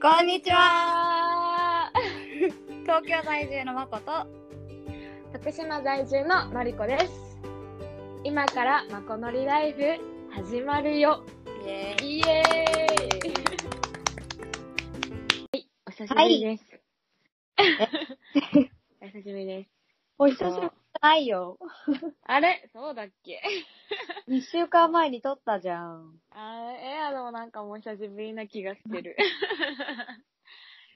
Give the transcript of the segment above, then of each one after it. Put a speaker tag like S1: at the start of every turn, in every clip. S1: こんにちは
S2: は
S1: 東京在住のまこと
S2: 徳島在住ののりこです今からまこのりライフ始まるよ
S1: イエ
S2: イエーイはいお久しぶりです、お久しぶりです
S3: お久しぶりじゃない よ。
S2: あれそうだっけ
S3: 2週間前に撮ったじゃん。
S2: あーえー、でもなんかもう久しぶりな気がしてる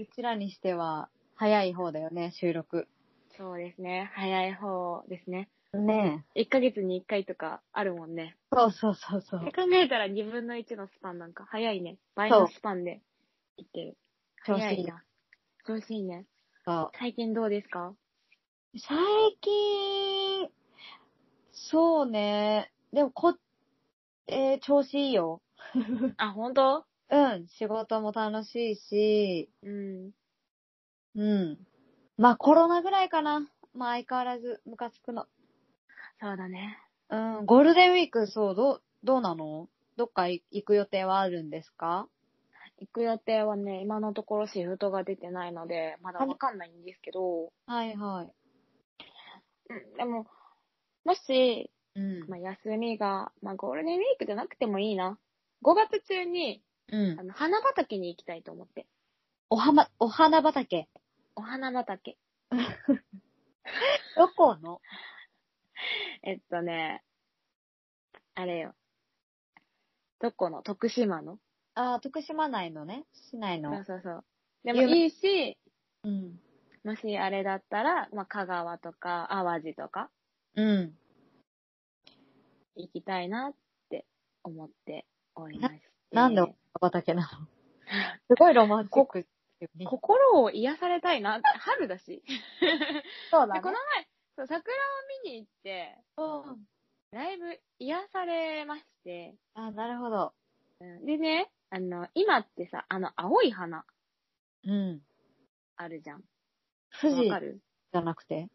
S3: うちらにしては、早い方だよね、収録。
S2: そうですね早い方ですね
S3: ねえ。
S2: 1ヶ月に1回とかあるもんね
S3: そうそうそうそう。
S2: 考えたら2分の1のスパンなんか早いね。倍のスパンでいってる。
S3: そう調
S2: 早
S3: 子いい
S2: な。調子いいね。
S3: そ
S2: 最近どうですか
S3: う最近、そうね。でもこ、えー調子いいよ。
S2: あ、本当
S3: うん、仕事も楽しいし、
S2: うん。
S3: うん。まあコロナぐらいかな。まあ相変わらずムカつくの。
S2: そうだね。
S3: うん、ゴールデンウィーク、そう、どう、どうなのどっか行く予定はあるんですか
S2: 行く予定はね、今のところシフトが出てないので、まだわかんないんですけど、
S3: はいはい。
S2: うん、でも、もし、
S3: うん
S2: まあ、休みが、まあ、ゴールデンウィークじゃなくてもいいな。5月中に、
S3: うん
S2: あ。の、花畑に行きたいと思って。
S3: おはま、お花畑。
S2: お花畑。
S3: どこの
S2: えっとね、あれよ。どこの徳島の
S3: あー徳島内のね、市内
S2: そう
S3: の。
S2: そうそう。でも
S3: 有名
S2: いいし、
S3: うん。
S2: もしあれだったら、まあ、香川とか淡路とか
S3: うん。
S2: 行きたいなって思っておりまして。
S3: なんでお花畑なのすごいロマンチックですよね。
S2: 心を癒されたいなって、春 だし。
S3: そう
S2: でこの前そう、桜を見に行って、
S3: うん。
S2: だいぶ癒されまして、
S3: あー、なるほど。
S2: うんでね、あの、今ってさ、あの、青い花
S3: うん。
S2: あるじゃん。
S3: 富士
S2: わ
S3: じ
S2: かる
S3: ゃなくて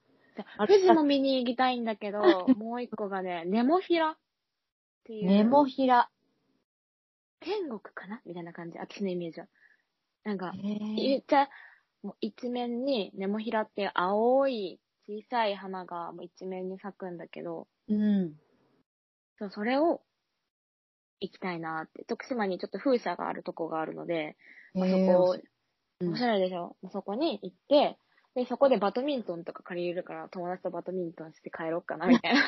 S3: あ
S2: 富士も見に行きたいんだけど、 もう一個がね、ネモフィラっていう。
S3: ネモヒラ。
S2: 天国かなみたいな感じ。私のイメージは。なんか、
S3: え
S2: 言っちゃ、もう一面にネモフィラっていう青い小さい花がもう一面に咲くんだけど、
S3: うん。
S2: そう、それを行きたいなって。徳島にちょっと風車があるとこがあるので、まあそこを
S3: えー、うん
S2: 面白いでしょ、そこに行って、で、そこでバドミントンとか借りれるから、友達とバドミントンして帰ろうかな、みたいな。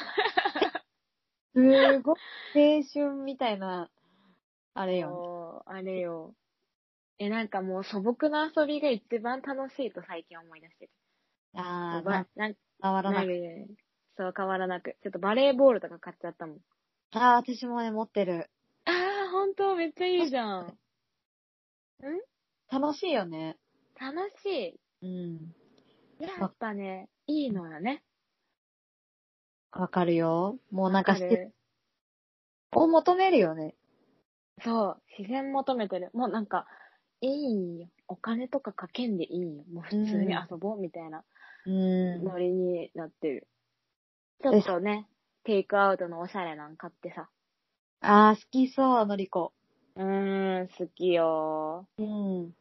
S3: すごい青春みたいな、あれよね。
S2: そうあれよ。え、なんかもう素朴な遊びが一番楽しいと最近思い出してる。
S3: あー、
S2: ば
S3: な
S2: なん
S3: 変わらな。
S2: ないい。そう、変わらなく。ちょっとバレーボールとか買っちゃったもん。
S3: あー、私もね、持ってる。
S2: ああ、ほんと、めっちゃいいじゃん。
S3: 楽しいよね。
S2: 楽し
S3: うん。
S2: い。やっぱね、いいのよね。
S3: わかるよ。もうなんか
S2: わ
S3: し
S2: か
S3: て、
S2: る
S3: を求めるよね。
S2: そう、自然求めてる。もうなんか、いいよ。お金とかかけんでいいよ。もう普通に遊ぼうみたいな
S3: うん
S2: ノリになってる。ちょっとね、テイクアウトのおしゃれなん買ってさ。
S3: ああ、好きそう、のりこ。
S2: うーん、好きよ
S3: うん。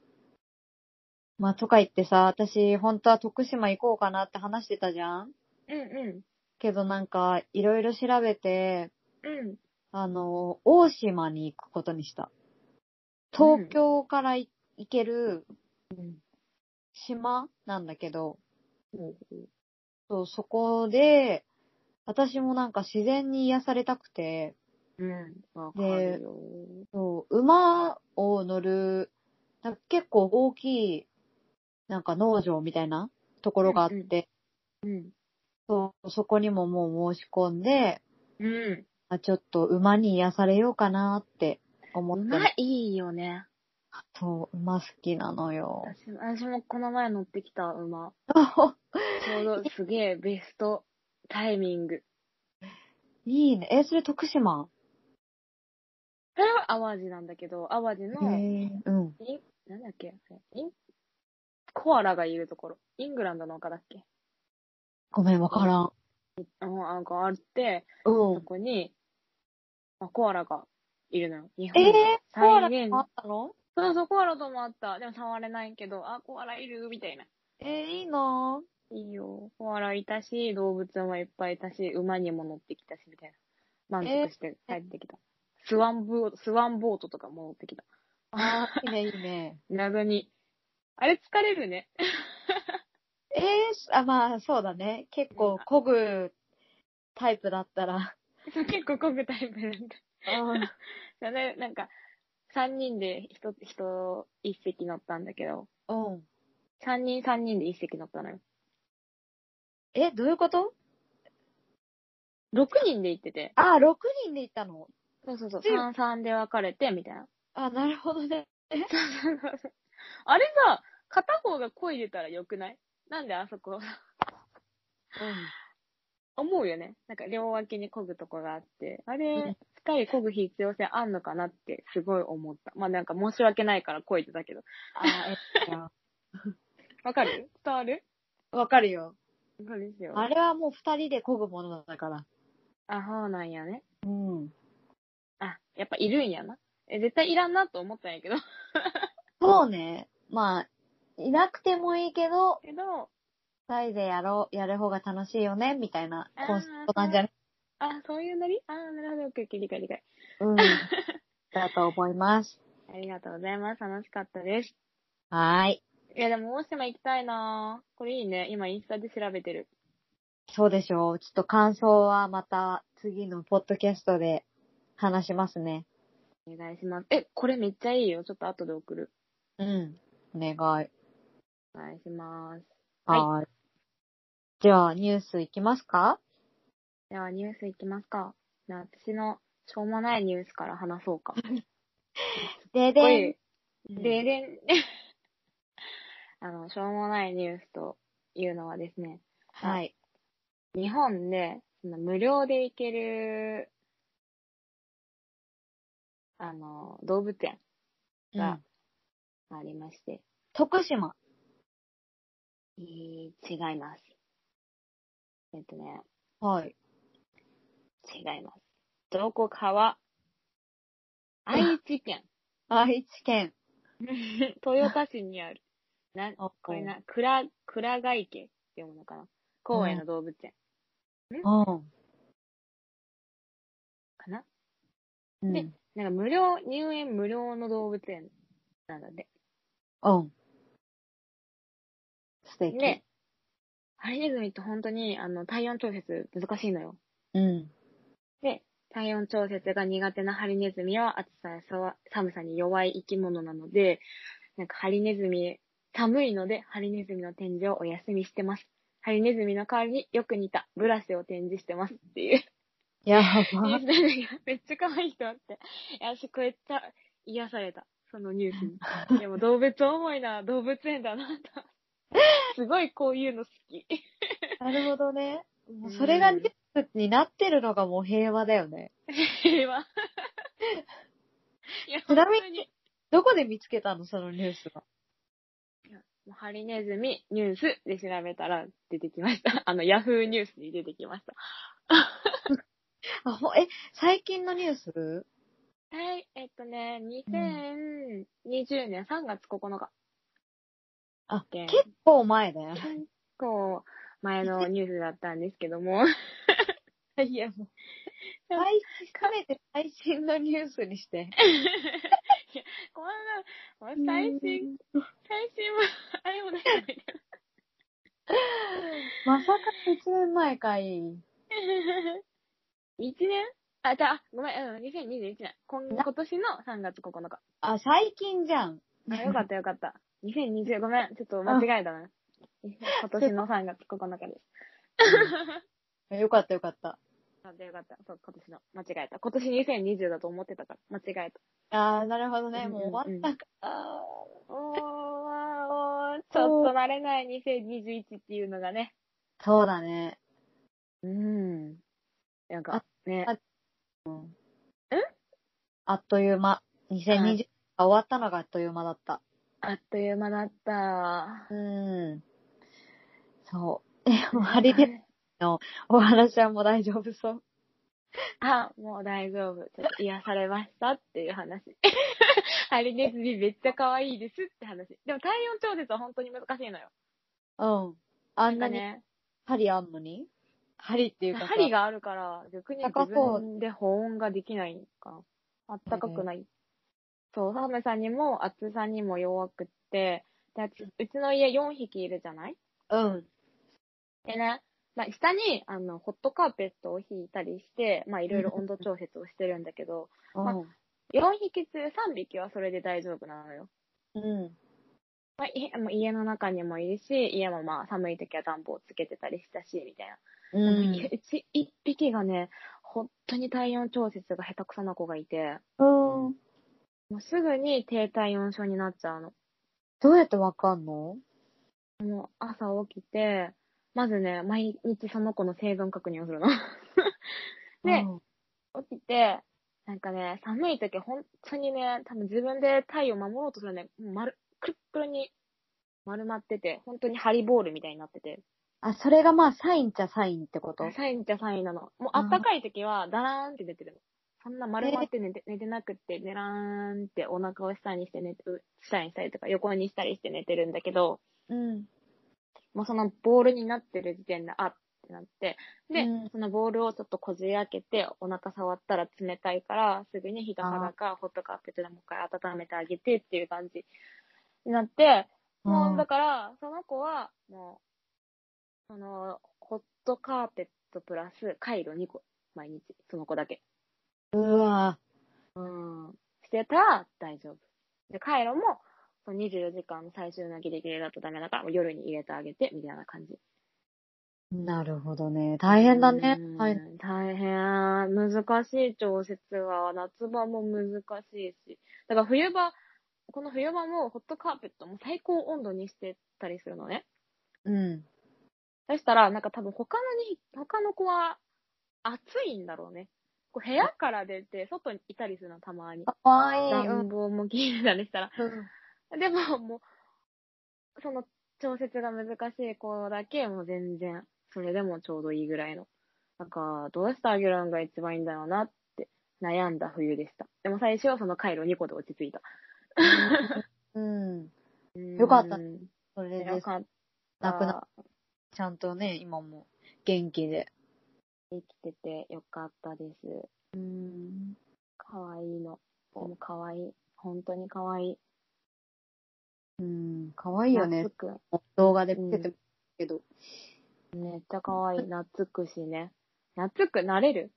S3: まあ、とか言ってさ、私、本当は徳島行こうかなって話してたじゃん
S2: うんう
S3: けどなんか、いろいろ調べて、
S2: ん。うん。
S3: あの、大島に行くことにした。東京からい行ける
S2: うん
S3: 島なんだけど、
S2: うん
S3: そうそこで、私もなんか自然に癒されたくて、
S2: うん。わかるよ
S3: そう馬を乗る、なんか結構大きい、なんか農場みたいなところがあって、
S2: うんうんうん。
S3: そう、そこにももう申し込んで、
S2: うん。
S3: あちょっと馬に癒されようかなって思ってる
S2: 馬いいよね。
S3: そう、馬好きなのよ。
S2: 私も私もこの前乗ってきた馬。ちょうどすげえベストタイミング。
S3: いいね。え、それ徳島
S2: それは淡路なんだけど、淡路
S3: へ
S2: の、
S3: え。うん。
S2: インなんだっけあれインコアラがいるところ。イングランドの丘だっけ
S3: ごめん、わからん。
S2: あの、なんかあって、
S3: う
S2: そ。こに、まあコアラがいるのよ。日
S3: え
S2: 本
S3: ー、コアラ
S2: 再現
S3: もあったの
S2: そうそう、コアラともあった。でも触れないけど、あ、コアラいるみたいな。
S3: えー、いいなぁ
S2: いいよ。コアラいたし、動物もいっぱいいたし、馬にも乗ってきたし、みたいな。満足して帰ってきた。スワンブー、スワンボートとか戻ってきた。
S3: あー、いいね、いいね。
S2: 謎に。あれ疲れるね。
S3: えー、あ、まあ、そうだね。結構、こぐタイプだったら。
S2: 結構漕ぐタイプなんだ。
S3: うん
S2: だね、なんか、三人で一つ、人、一席乗ったんだけど、
S3: うん。
S2: 三人三人で一席乗ったのよ。
S3: え、どういうこと
S2: 六人で行ってて、
S3: あ、6人で行ったの
S2: そうそうそ
S3: う
S2: う、
S3: ん
S2: 三三で分かれて、みたいな。
S3: あ、なるほどね。
S2: あれさ、片方が漕いでたらよくないなんであそこ、思うよね。なんか両脇に漕ぐとこがあって、あ
S3: うん
S2: れ、二人漕ぐ必要性あんのかなってすごい思った。まあなんか申し訳ないから漕いでたけど。
S3: あ、ええじゃん
S2: わかる伝わる
S3: わかるよ。
S2: そうですよ。
S3: あ
S2: あ、
S3: れはもう2人で漕ぐものだから。
S2: そうなんやね。
S3: うん。
S2: あ、やっぱいるんやな。え、絶対いらんなと思ったんやけど。
S3: そうね。まあ、いなくてもいいけど、
S2: けど、
S3: 2人でやろう、やる方が楽しいよね、みたいなコンセプトなんじゃない
S2: あ、そういうなりあー、なるほど。オッケーオッケー、理解理解。
S3: うん。だと思います。
S2: ありがとうございます。楽しかったです。
S3: はーい。
S2: いや、でも、大島行きたいなぁ。これいいね。今、インスタで調べてる。
S3: そうでしょう。ちょっと感想はまた次のポッドキャストで話しますね。
S2: お願いします。え、これめっちゃいいよ。ちょっと後で送る。
S3: うん。お願い。は
S2: お願いします。
S3: ーい。じゃあ、ニュースいきますか
S2: では、ニュース行きますか。じゃあ私の、しょうもないニュースから話そうか。
S3: で
S2: こ
S3: で
S2: れ、ででん。 あの、しょうもないニュースというのはですね、
S3: はい。
S2: 日本で、その無料で行ける、あの、動物園
S3: う
S2: が
S3: ん、
S2: ありまして、
S3: 徳島。
S2: えー違います。えっとね、
S3: はい。
S2: 違います。どこかは、愛知県、
S3: 愛知県。
S2: 豊田市にある、な、
S3: あ
S2: これな、倉、倉ヶ池って読むのかな公園の動物園
S3: うん。
S2: かな、
S3: う
S2: で
S3: ん。
S2: なんか無料、入園無料の動物園なんだって。
S3: うん。素敵。
S2: で、ハリネズミって本当に、あの、体温調節難しいのよ。
S3: うん。
S2: で、体温調節が苦手なハリネズミは暑さやさわ寒さに弱い生き物なので、なんかハリネズミ、寒いのでハリネズミの展示をお休みしてます。ハリネズミの代わりによく似たブラシを展示してますっていう。
S3: や
S2: ニュー
S3: ば。
S2: スなんだけどめっちゃ可愛い人あって。いや、私これめっちゃ癒された。そのニュースに。でも動物思いな動物園だなと。すごいこういうの好き。
S3: なるほどね。もうそれがニュースになってるのがもう平和だよね。
S2: 平和。いや、
S3: ちなみに
S2: 本当に
S3: どこで見つけたのそのニュースは。
S2: ハリネズミニュースで調べたら出てきました。 あの、ヤフーニュースに出てきました。
S3: あ、ほ、え、最近のニュース
S2: はい、えっとね、2020年3月9日。
S3: あ、
S2: で
S3: 結構前だよ。
S2: こう、前のニュースだったんですけども。
S3: いや、もう。最新、かねて最新のニュースにして。
S2: こんな、もう最新、。最新は、あれもないんだけど。
S3: まさか1年前かい。
S2: 1年あ、じゃあ、ごめん、うん、2021年。今今年の3月9日。
S3: あ、最近じゃん。
S2: あ、よかったよかった。2020、ごめん、ちょっと間違えたな。今年の3月9日です。
S3: よかったよかった。
S2: よかったよかった。そう、今年の。間違えた。今年2020だと思ってたから、間違えた。
S3: あー、なるほど
S2: う
S3: ね。
S2: んうん
S3: も
S2: うん
S3: う終わったか。
S2: おー、ちょっと慣れない2021っていうのがね。
S3: そうだね。
S2: うん。なんか、ね。
S3: あっという間。
S2: は
S3: 2020
S2: い
S3: が終わったのがあっという間だった。
S2: あっという間だった。
S3: うん。 そう。え、もうハリネズミのお話はもう大丈夫そう。
S2: あ、もう大丈夫。ちょっと癒されましたっていう 話。ハリネズミめっちゃ可愛いですって話。でも体温調節は本当に難しいのよ。
S3: うん。あんなん
S2: なか
S3: に
S2: ね、
S3: 針あんのに針っていうかさ。
S2: 針があるから逆に自分で保温ができないから。あったかくない。そう、サメさんにも暑さにも弱くって、であつうちの家4匹いるじゃない
S3: うん。
S2: でね、まあ、下に、あの、ホットカーペットを引いたりして、まあ、いろいろ温度調節をしてるんだけど、
S3: う
S2: あ
S3: ん。
S2: 4匹中3匹はそれで大丈夫なのよ。
S3: うん。
S2: まあ、いもう家の中にもいるし、家もまあ、寒い時は暖房つけてたりしたし、みたいな。
S3: うん。
S2: うち1匹がね、本当に体温調節が下手くそな子がいて、
S3: うん。
S2: もうすぐに低体温症になっちゃうの。
S3: どうやってわかんの
S2: もう朝起きて、まずね、毎日その子の生存確認をするの。 で、
S3: うん
S2: 起きて、なんかね、寒い時、本当にね、多分自分で体温守ろうとするね、もう丸、くるっくるに丸まってて、本当にハリボールみたいになってて、
S3: あ、それがまあ、サインっちゃサインってこと
S2: サインじゃサインなの。もうあったかい時は、ダラーンって寝てるの。そんな丸まって寝て,、寝てなくって、寝らーんってお腹を下にして寝て、う下にしたりとか、横にしたりして寝てるんだけど、
S3: うん。
S2: もうそのボールになってる時点で、あってなって、で、
S3: うん
S2: そのボールをちょっとこじ開けて、お腹触ったら冷たいから、すぐに人肌かホットカーペットでもう一回温めてあげてっていう感じになって、もうだから、その子は、もう、その、ホットカーペットプラス、カイロ2個、毎日、その子だけ。
S3: うわ
S2: うん。してたら大丈夫。で、カイロも、その24時間の最終のギリギリだとダメだから、もう夜に入れてあげて、みたいな感じ。
S3: なるほどね。大変だね
S2: う。ん
S3: はい。
S2: 大変。難しい調節は、夏場も難しいし。だから冬場、この冬場もホットカーペットも最高温度にしてたりするのね。
S3: うん。
S2: そしたら、なんか多分他のに、他の子は暑いんだろうね。こう部屋から出て、外にいたりするの、たまに。
S3: かわいい。うん
S2: 暖房も効いてたりしたら。でも、もう、その調節が難しい子だけ、もう全然、それでもちょうどいいぐらいの。なんか、どうしてあげるのが一番いいんだろうなって悩んだ冬でした。でも最初はその回路2個で落ち着いた。
S3: うん。
S2: よ
S3: よかった
S2: よ
S3: それで、
S2: かった。
S3: なくなちゃんとね、今も元気で。
S2: 生きててよかったです。
S3: うん。
S2: かわいいの。でもかわいい。本当にかわいい。
S3: うん。かわいいよね
S2: 懐。くん
S3: 動画で見ててもけど。
S2: めっちゃ かわいい。懐くしね。懐く、慣れる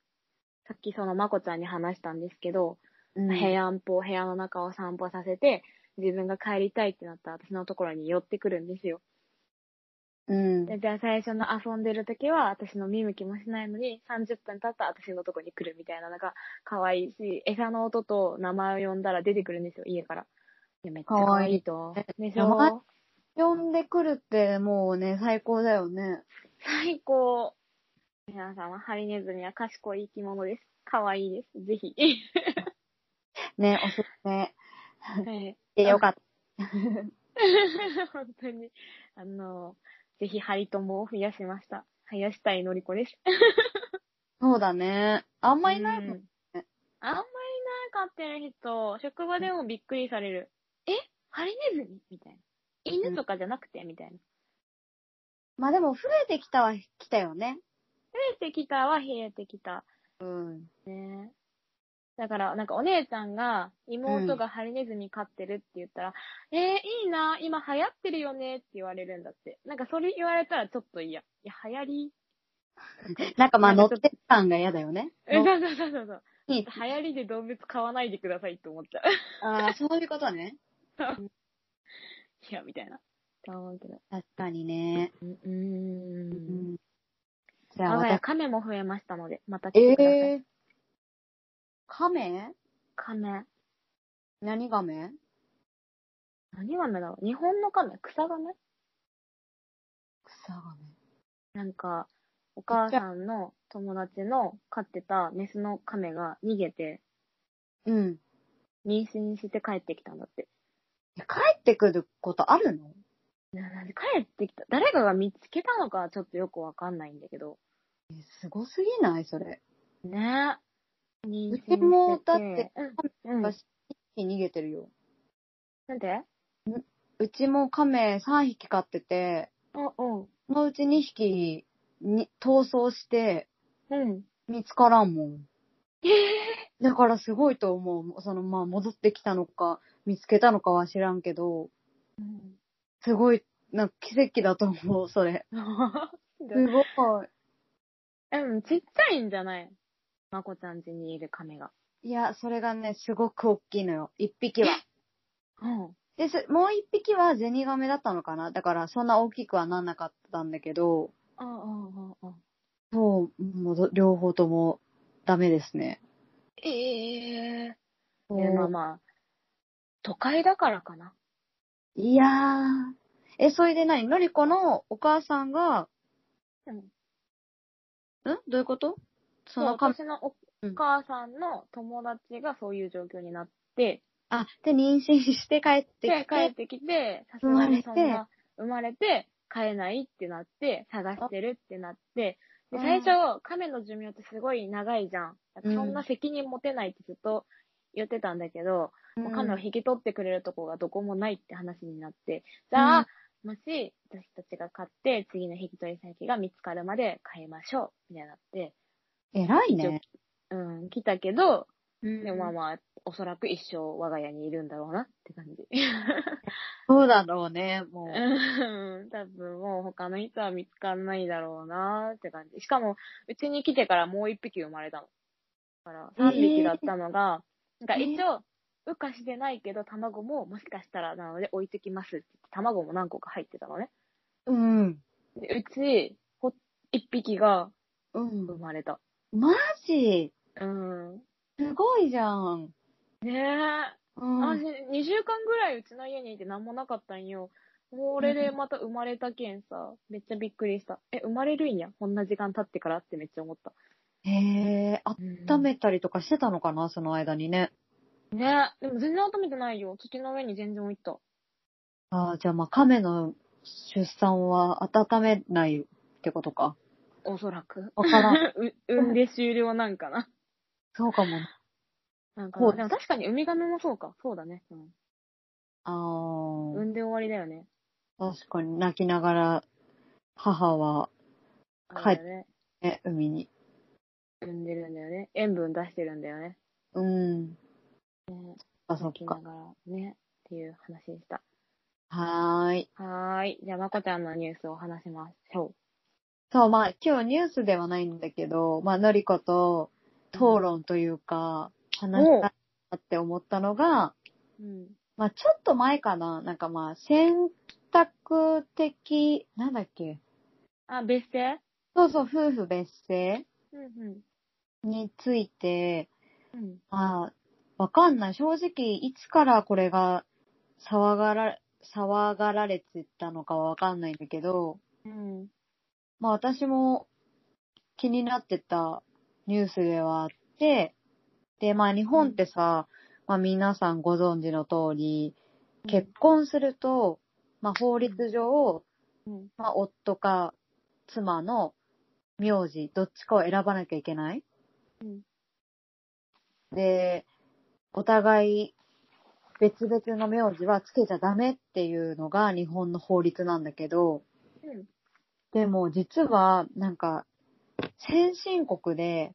S2: さっきそのまこちゃんに話したんですけど、
S3: うん
S2: 部屋んぽ、部屋の中を散歩させて、自分が帰りたいってなったら私のところに寄ってくるんですよ。
S3: うん。
S2: で、じゃあ最初の遊んでる時は私の見向きもしないのに、30分経ったら私のとこに来るみたいなのが可愛いし、餌の音と名前を呼んだら出てくるんですよ、家から。いや、めっちゃ可愛いと。
S3: 可愛
S2: でし
S3: 名前
S2: ょ
S3: 呼んでくるってもうね、最高だよね。
S2: 最高。皆様、ハリネズミは賢い生き物です。可愛いです。ぜひ。
S3: ね、おすすめ。
S2: はい
S3: で、よかった。
S2: 本当に。あの、ぜひ、ハリトモを増やしました。増やしたいのりこです。
S3: そうだね。あん
S2: あ
S3: まいないもん。
S2: あんまりいない飼ってる人、職場でもびっくりされる。えハリネズミみたいな。犬とかじゃなくてみたいな。
S3: まあでも、増えてきたは来たよね。
S2: 増えてきたは冷えてきた。
S3: うん。
S2: ねだから、なんかお姉ちゃんが、妹がハリネズミ飼ってるって言ったら、えー、いいな、今流行ってるよねって言われるんだって。なんかそれ言われたらちょっと嫌。いや、流行り。
S3: なんかまあ乗
S2: なん
S3: っ
S2: かちょって
S3: る感が嫌だよね。
S2: え、
S3: 乗っ
S2: そうそうそうそうそう。
S3: いい
S2: 流行りで動物買わないでくださいって思っちゃう。
S3: ああ、そういうことね。
S2: いや、みたいな。と思うけど。
S3: 確かにね。
S2: う。
S3: うんん。じゃあ
S2: 我が家
S3: 私、
S2: 亀も増えましたので、また来
S3: え
S2: てください。
S3: ー、亀
S2: 亀。
S3: 何亀
S2: 何亀だろう日本の亀草亀
S3: 草亀。
S2: なんか、お母さんの友達の飼ってたメスの亀が逃げて、
S3: うん。
S2: 妊娠して帰ってきたんだって。
S3: え帰ってくることあるの
S2: ななんで帰ってきた誰かが見つけたのかはちょっとよくわかんないんだけど。
S3: えすごすぎないそれ。
S2: ね。妊娠
S3: うちも
S2: してて
S3: だって、
S2: うん、うん
S3: 私、一匹逃げてるよ。
S2: なんで
S3: うちも亀3匹飼ってて、
S2: うん、うん。
S3: そのうち2匹に逃走して
S2: うん。
S3: 見つからんもん。だからすごいと思う。その、まあ、戻ってきたのか、見つけたのかは知らんけど、すごい、なんか奇跡だと思う、それ。す
S2: う
S3: ご
S2: ん。
S3: い。
S2: うん、ちっちゃいんじゃないまこちゃん家にいる亀が。
S3: いや、それがね、すごく大きいのよ。1匹は。
S2: うん。
S3: で、すもう1匹はゼニガメだったのかなだから、そんな大きくはなんなかったんだけど、
S2: ああ、ああ、ああ。
S3: そう、もうど両方ともダメですね。
S2: ええー。まあまあ、都会だからかな。
S3: いやー。え、それで何のりこのお母さんが、
S2: うん。
S3: んどういうことそ
S2: そう、
S3: のか、
S2: 私のお
S3: うん
S2: 母さんの友達がそういう状況になって、
S3: あ、で、妊娠して帰ってき
S2: で
S3: て、、
S2: 帰ってきて、さす
S3: 生ま
S2: が
S3: れて
S2: にそんな、生まれて、飼えないってなって、探してるってなって、で、
S3: あ
S2: 最初、亀の寿命ってすごい長いじゃん。そんな責任持てないってずっと言ってたんだけど、もう彼を引き取ってくれるとこがどこもないって話になって、じゃあ、もし私たちが買って、次の引き取り先が見つかるまで買いましょう、みたいになって、
S3: うん偉いね。
S2: うん、来たけど、で
S3: で
S2: もまあまあ、おそらく一生我が家にいるんだろうなって感じ。
S3: そうだろうね、もう。
S2: うん多分もう他の人は見つかんないだろうなって感じ。しかも、うちに来てからもう一匹生まれたの。だから、3匹だったのが、なんか一応、羽化してないけど、卵ももしかしたらなので置いときますって言って卵も何個か入ってたのね。
S3: うん。
S2: でうち、ほ一匹が
S3: うん
S2: 生。まれた。
S3: マジ
S2: うん。
S3: すごいじゃん。
S2: ねえ。
S3: うん。
S2: あ、2週間ぐらいうちの家にいて何もなかったんよ。もう俺でまた生まれたけんさ、めっちゃびっくりした。え、生まれるんや。こんな時間経ってからってめっちゃ思った。
S3: へえ、
S2: ダ
S3: 温めたりとかしてたのかな、その間にね。
S2: ね。でも全然温めてないよ。土の上に全然置いた。
S3: ああ、じゃあまあ、亀の出産は温めないってことか。
S2: おそらく。
S3: わから ん。
S2: う、産んで終了なんかな。
S3: そうかもね。
S2: なんか
S3: ほ
S2: な、
S3: う
S2: でも確かにウミガメもそうか。そうだね。うん。
S3: ああ
S2: 産。んで終わりだよね。
S3: 確かに泣きながら母は、
S2: あれだよね。
S3: ね、海に。
S2: 産んでるんだよね。塩分出してるんだよね。
S3: うん。
S2: ね
S3: あ、そっ
S2: 泣きな
S3: か。
S2: がらね。っていう話でした。
S3: はーい。
S2: はーい。じゃあ、まこちゃんのニュースを話しましょ
S3: そう、まあ今日ニュースではないんだけど、まあのりこと討論というか、話したいなって思ったのが、
S2: う。うん。
S3: まあちょっと前かな、なんかまあ選択的、なんだっけ。
S2: あ、別姓
S3: そうそう、夫婦別姓
S2: うんう
S3: について、
S2: ん。うん。
S3: まあ、わかんない。正直、いつからこれが騒がら、騒がられてたのかはわかんないんだけど、
S2: うん。
S3: まあ私も気になってたニュースではあって、で、まあ日本ってさ、まあ皆さんご存知の通り、結婚すると、まあ法律上、
S2: うん。
S3: まあ夫か妻の名字、どっちかを選ばなきゃいけない。
S2: うん
S3: で、お互い別々の名字はつけちゃダメっていうのが日本の法律なんだけど、
S2: うん。
S3: でも実は、なんか、先進国で、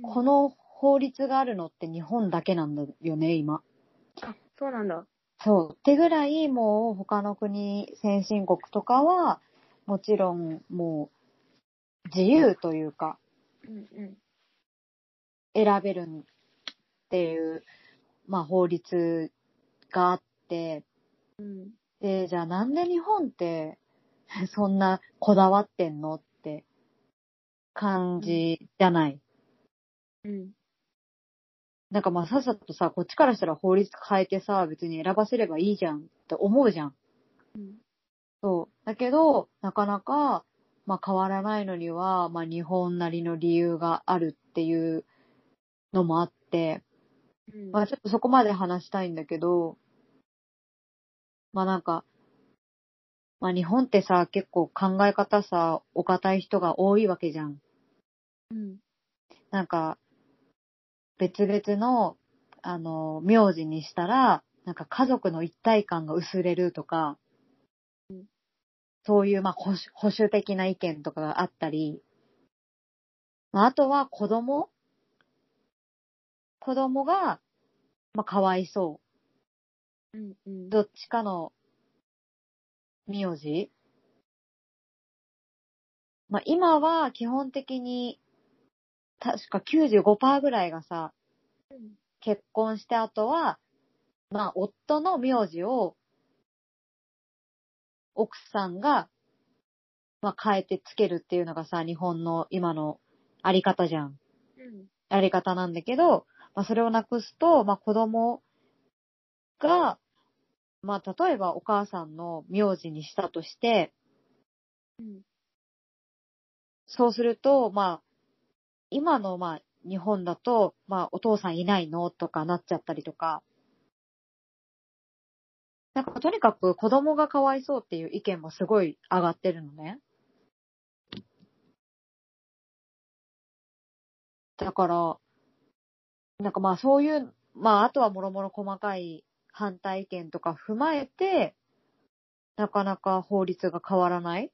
S2: うん
S3: こ、の法律があるのって日本だけなんだよね、今。
S2: あ、そうなんだ。
S3: そう。ってぐらい、もう他の国、先進国とかは、もちろん、もう、自由というか、
S2: うんう
S3: 選べるっていう、まあ法律があって、
S2: ん。うん。
S3: で、じゃあなんで日本って、そんなこだわってんのって感じじゃない。
S2: うん。
S3: なんかまあさっさとさ、こっちからしたら法律変えてさ、別に選ばせればいいじゃんって思うじゃん。
S2: うん。
S3: そう。だけど、なかなか、まあ変わらないのには、まあ日本なりの理由があるっていうのもあって、
S2: うん。
S3: まあちょっとそこまで話したいんだけど、まあなんか、まあ日本ってさ、結構考え方さ、お堅い人が多いわけじゃん。
S2: うん。
S3: なんか、別々の、あの、名字にしたら、なんか家族の一体感が薄れるとか、
S2: うん
S3: そういう、まあ保守、保守的な意見とかがあったり、まあ、あとは子供子供が、まあ、かわいそう。
S2: うんうん
S3: どっちかの名字まあ、今は基本的に、確か95%ぐらいがさ、結婚して後は、まあ、夫の名字を、奥さんが、まあ、変えてつけるっていうのがさ、日本の今のあり方じゃん。
S2: うん
S3: やり方なんだけど、まあ、それをなくすと、まあ、子供が、まあ、例えばお母さんの名字にしたとして、
S2: うん
S3: そうすると、まあ、今の、まあ、日本だと、まあ、お父さんいないのとかなっちゃったりとか、なんか、とにかく子供がかわいそうっていう意見もすごい上がってるのね。だから、なんかまあそういう、まああとはもろもろ細かい反対意見とか踏まえて、なかなか法律が変わらない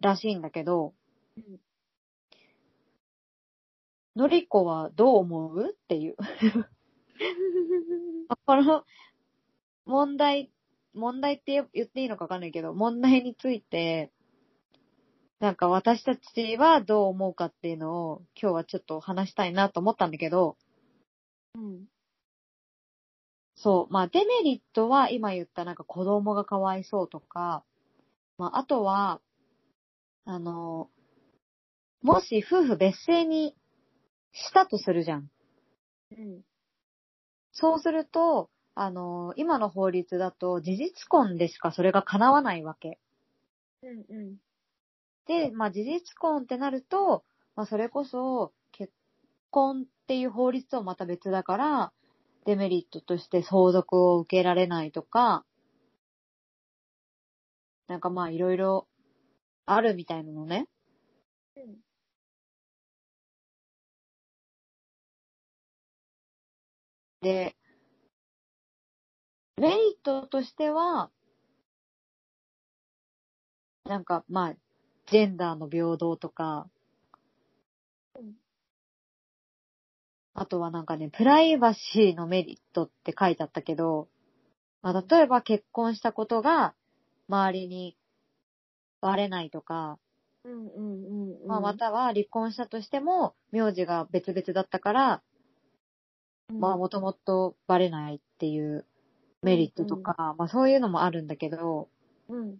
S3: らしいんだけど、
S2: うん
S3: のりこはどう思うっていう。 この問題、問題って言言っていいのかわかんないけど、問題について、なんか私たちはどう思うかっていうのを今日はちょっと話したいなと思ったんだけど、
S2: うん
S3: そう、まあデメリットは今言ったなんか子供がかわいそうとか、まああとは、あの、もし夫婦別姓にしたとするじゃん。
S2: うん
S3: そうすると、あの、今の法律だと事実婚でしかそれが叶わないわけ。
S2: うんうん
S3: で、まあ事実婚ってなると、まあそれこそ結婚っていう法律とはまた別だから、デメリットとして相続を受けられないとか、なんかまあいろいろあるみたいなのね。
S2: うん
S3: で、メリットとしては、なんかまあ、ジェンダーの平等とか
S2: うん、
S3: あとはなんかね、プライバシーのメリットって書いてあったけど、まあ、例えば結婚したことが周りにバレないとか、
S2: うんうんうん
S3: まあ、または離婚したとしても、名字が別々だったから、まあ、もともとバレないっていうメリットとか、まあ、そういうのもあるんだけど、
S2: うん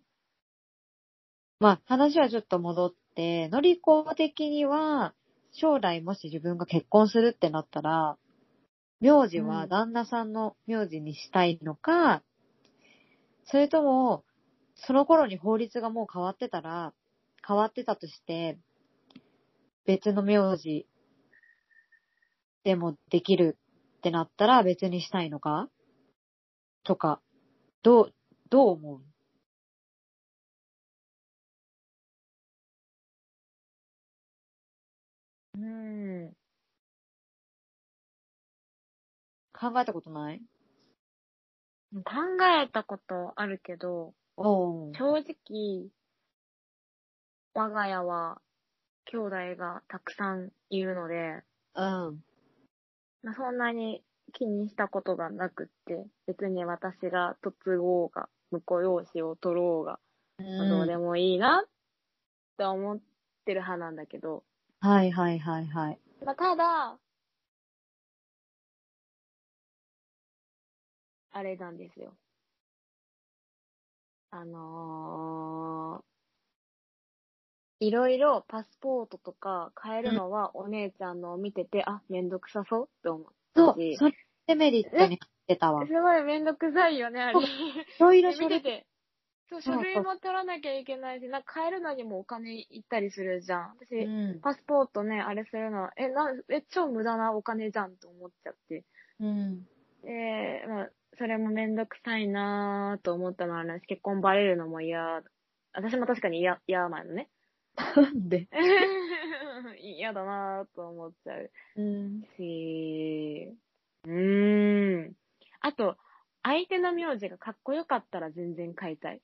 S3: まあ、話はちょっと戻って、のりこ的には、将来もし自分が結婚するってなったら、名字
S2: う
S3: は
S2: ん
S3: 旦那さんの名字にしたいのか、それとも、その頃に法律がもう変わってたら、変わってたとして、別の名字でもできるってなったら別にしたいのかとか、どう、どう思ううん。考えたことない
S2: 考えたことあるけど、
S3: おう
S2: 正直、我が家は兄弟がたくさんいるので、
S3: うん。
S2: まあ、そんなに気にしたことがなくって、別に私が嫁ごうが、婿養子を取ろうが、まあどうでもいいなって思ってる派なんだけど、
S3: はいはいはいはい。
S2: まあ、ただ、あれなんですよ。あのー、いろいろパスポートとか変えるのはお姉ちゃんのを見てて、あ、めんどくさそうって思う。
S3: そう、
S2: 私
S3: それデメリットに入ってたわ
S2: す。ごいめんどくさいよね、あれ。
S3: いろいろ
S2: 見
S3: 書
S2: て
S3: 類
S2: て。そう、
S3: そ
S2: 書
S3: うそう
S2: 類も取らなきゃいけないし、なんか変えるのにもお金いったりするじゃん。私、
S3: うん。
S2: パスポートね、あれするの、え、なん、え、超無駄なお金じゃんと思っちゃって。
S3: うん。
S2: で、まあ、それもめんどくさいなぁと思ったのはあれなんです。結婚バレ るのも嫌。私も確かに嫌、嫌なのね。
S3: なんで
S2: 嫌だなぁと思っちゃう
S3: うん。
S2: し、うーん。あと、相手の名字がかっこよかったら全然変えたい。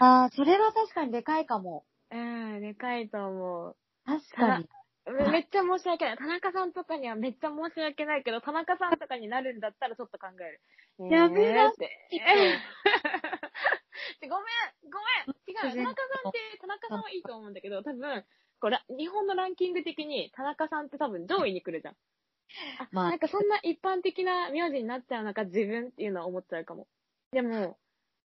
S3: ああ、それは確かにでかいかも。
S2: うん、でかいと 思う。
S3: 確かに。
S2: めめっちゃ申し訳ない。田中さんとかにはめっちゃ申し訳ないけど、田中さんとかになるんだったらちょっと考える。
S3: やめな
S2: えー って。ごめん、ごめん。違う。田中さんって、田中さんはいいと思うんだけど、多分、これ、日本のランキング的に田中さんって多分上位に来るじゃん。あ、
S3: まあ
S2: なんかそんな一般的な名字になっちゃうのか自分っていうのは思っちゃうかも。でも、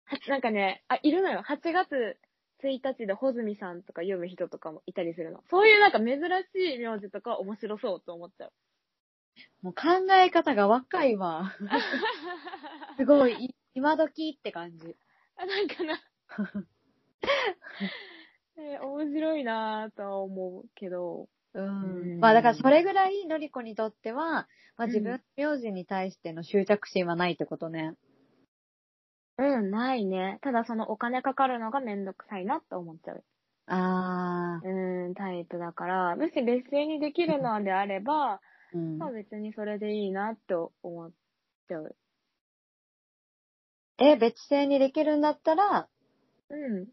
S2: はなんかね、あ、いるのよ。8月1日で穂積さんとか読む人とかもいたりするの。そういうなんか珍しい名字とかは面白そうと思っち ゃう。
S3: もう考え方が若いわ。すごい、い今時って感じ。
S2: あ、なんかな。 えー面白いなぁとは思うけど。
S3: う
S2: うん
S3: ん。まあだからそれぐらいのりこにとっては、まあ自分の名字に対しての執着心はないってことね。
S2: うん、ないね。ただそのお金かかるのがめんどくさいなって思っちゃう。
S3: ああ。
S2: うん、タイプだから、もし別姓にできるのであれば、
S3: うん
S2: まあ別にそれでいいなって思っちゃう。
S3: え、別姓にできるんだったら、
S2: うん。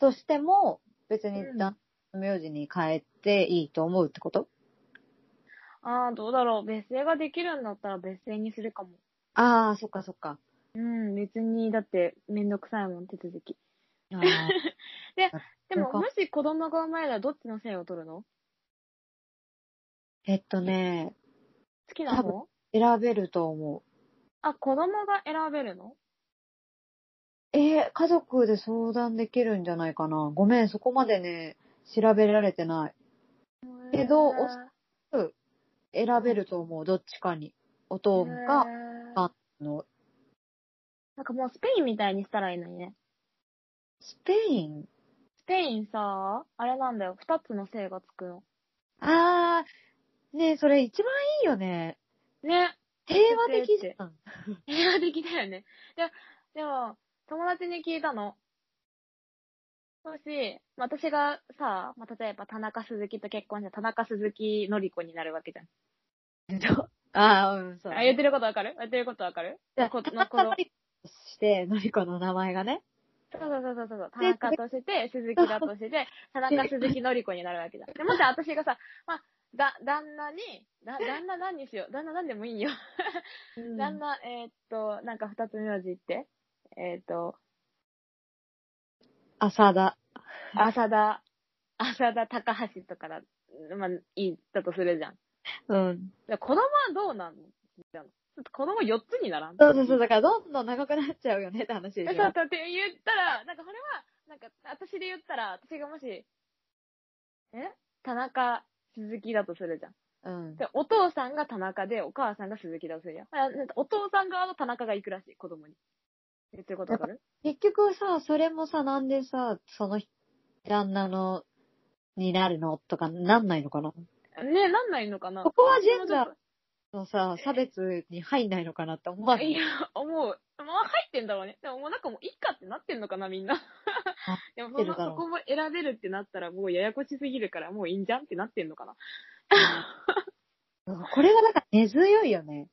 S3: としても、別に
S2: うん
S3: 旦那の名字に変えていいと思うってこと
S2: ああ、どうだろう。別姓ができるんだったら別姓にするかも。
S3: ああ、そっかそっか。
S2: うん、別に、だってめんどくさいもん、手続き。
S3: あー
S2: でも、
S3: そうか
S2: もし子供が生まれたらどっちの姓を取るの
S3: えっとね、
S2: 好きな
S3: 多
S2: 方
S3: 選べると思う。
S2: あ、子供が選べるの
S3: えー家族で相談できるんじゃないかな。ごめん、そこまでね、調べられてない。けど
S2: へー
S3: お選べると思う、どっちかに。おとん
S2: へー
S3: か、あの、
S2: なんかもうスペインみたいにしたらいいのにね。
S3: スペイン
S2: スペインさ、あれなんだよ。二つの姓がつくの。
S3: あー、ねえそれ一番いいよね。
S2: ね。
S3: 平和的じゃん。
S2: 平和的だよね。ででも、友達に聞いたの。もし、まあ私がさ、まあ、例えば田中鈴木と結婚した田中鈴木のり子になるわけじゃん。
S3: あー、うん、そう。
S2: あ、言ってることわかる言ってることわかる
S3: じゃあ、
S2: こ
S3: こ
S2: の
S3: 田中のりことして、のりこの名前がね。
S2: そうそうそうそうそう。田中として、鈴木だとして、田中鈴木のり子になるわけじゃん。でもし私がさ、まあ、だ、旦那に、だ、旦那何にしよう。旦那何でもいいよ。旦那、えーっと、なんか二つ名字って、えーっと、
S3: 浅田。
S2: 浅田、浅田高橋とかだ、まあ、いい、だとするじゃん。
S3: うん。
S2: で子供はどうなんのちょっと子供4つにならん
S3: そうそうそう、だからどんどん長くなっちゃうよねって話で
S2: え
S3: しょ。
S2: そうそうって言ったら、なんかそれは、なんか私で言ったら、私がもし、え田中、鈴木だとするじゃん。
S3: うん。
S2: で、お父さんが田中で、お母さんが鈴木だとするじゃん。あなんかお父さん側の田中が行くらしい、子供に。言ってることわかる
S3: 結局さ、それもさ、なんでさ、その旦那の、になるのとかなんないのかな
S2: ねなんないのかな
S3: ここはジェンダーのさ、差別に入んないのかなって思わないい
S2: や、思う。まあ、入ってんだろうね。でも、もうなんかもういいかってなってんのかな、みんな。でも
S3: なって
S2: そ
S3: る
S2: の、
S3: だろう
S2: そこも選べるってなったら、もうややこしすぎるから、もういいんじゃんってなってんのかな。
S3: これがだから根強いよね。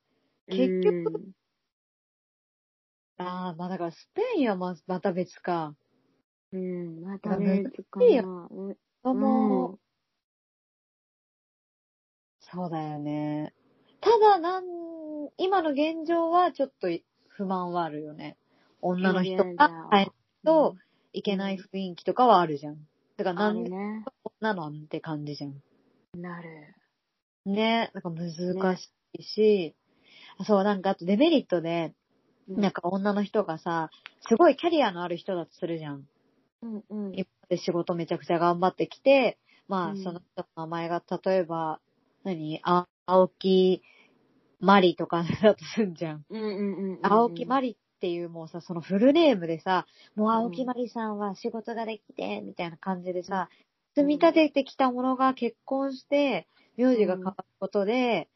S3: 結局、ああ、まあだからスペインはままた別か。
S2: うん、うん、ま
S3: た
S2: た
S3: ね
S2: ね、
S3: 難しいよ
S2: うん
S3: 子供、そうだよね。ただ、なん、今の現状はちょっと不満はあるよね。女の人が変えるといけない雰囲気とかはあるじゃん。だからな
S2: ある
S3: んで
S2: ね。
S3: 女なんて感じじゃん。
S2: なる。
S3: ね、なんか難しいし、そう、なんかあとデメリットで、なんか女の人がさ、すごいキャリアのある人だとするじゃん。
S2: うん、うん。
S3: 今まで仕事めちゃくちゃ頑張ってきて、ま
S2: う
S3: あ、
S2: ん
S3: その人の名前が、例えば、何、あ青木マリとかだとすんじゃん。
S2: うん、うん、うん。
S3: 青木マ
S2: リ。
S3: リっていうもうさ、そのフルネームでさ、もう青木マリさんは仕事ができて、みたいな感じでさ、
S2: うん
S3: 積み立ててきたものが結婚して、名字が変わることで、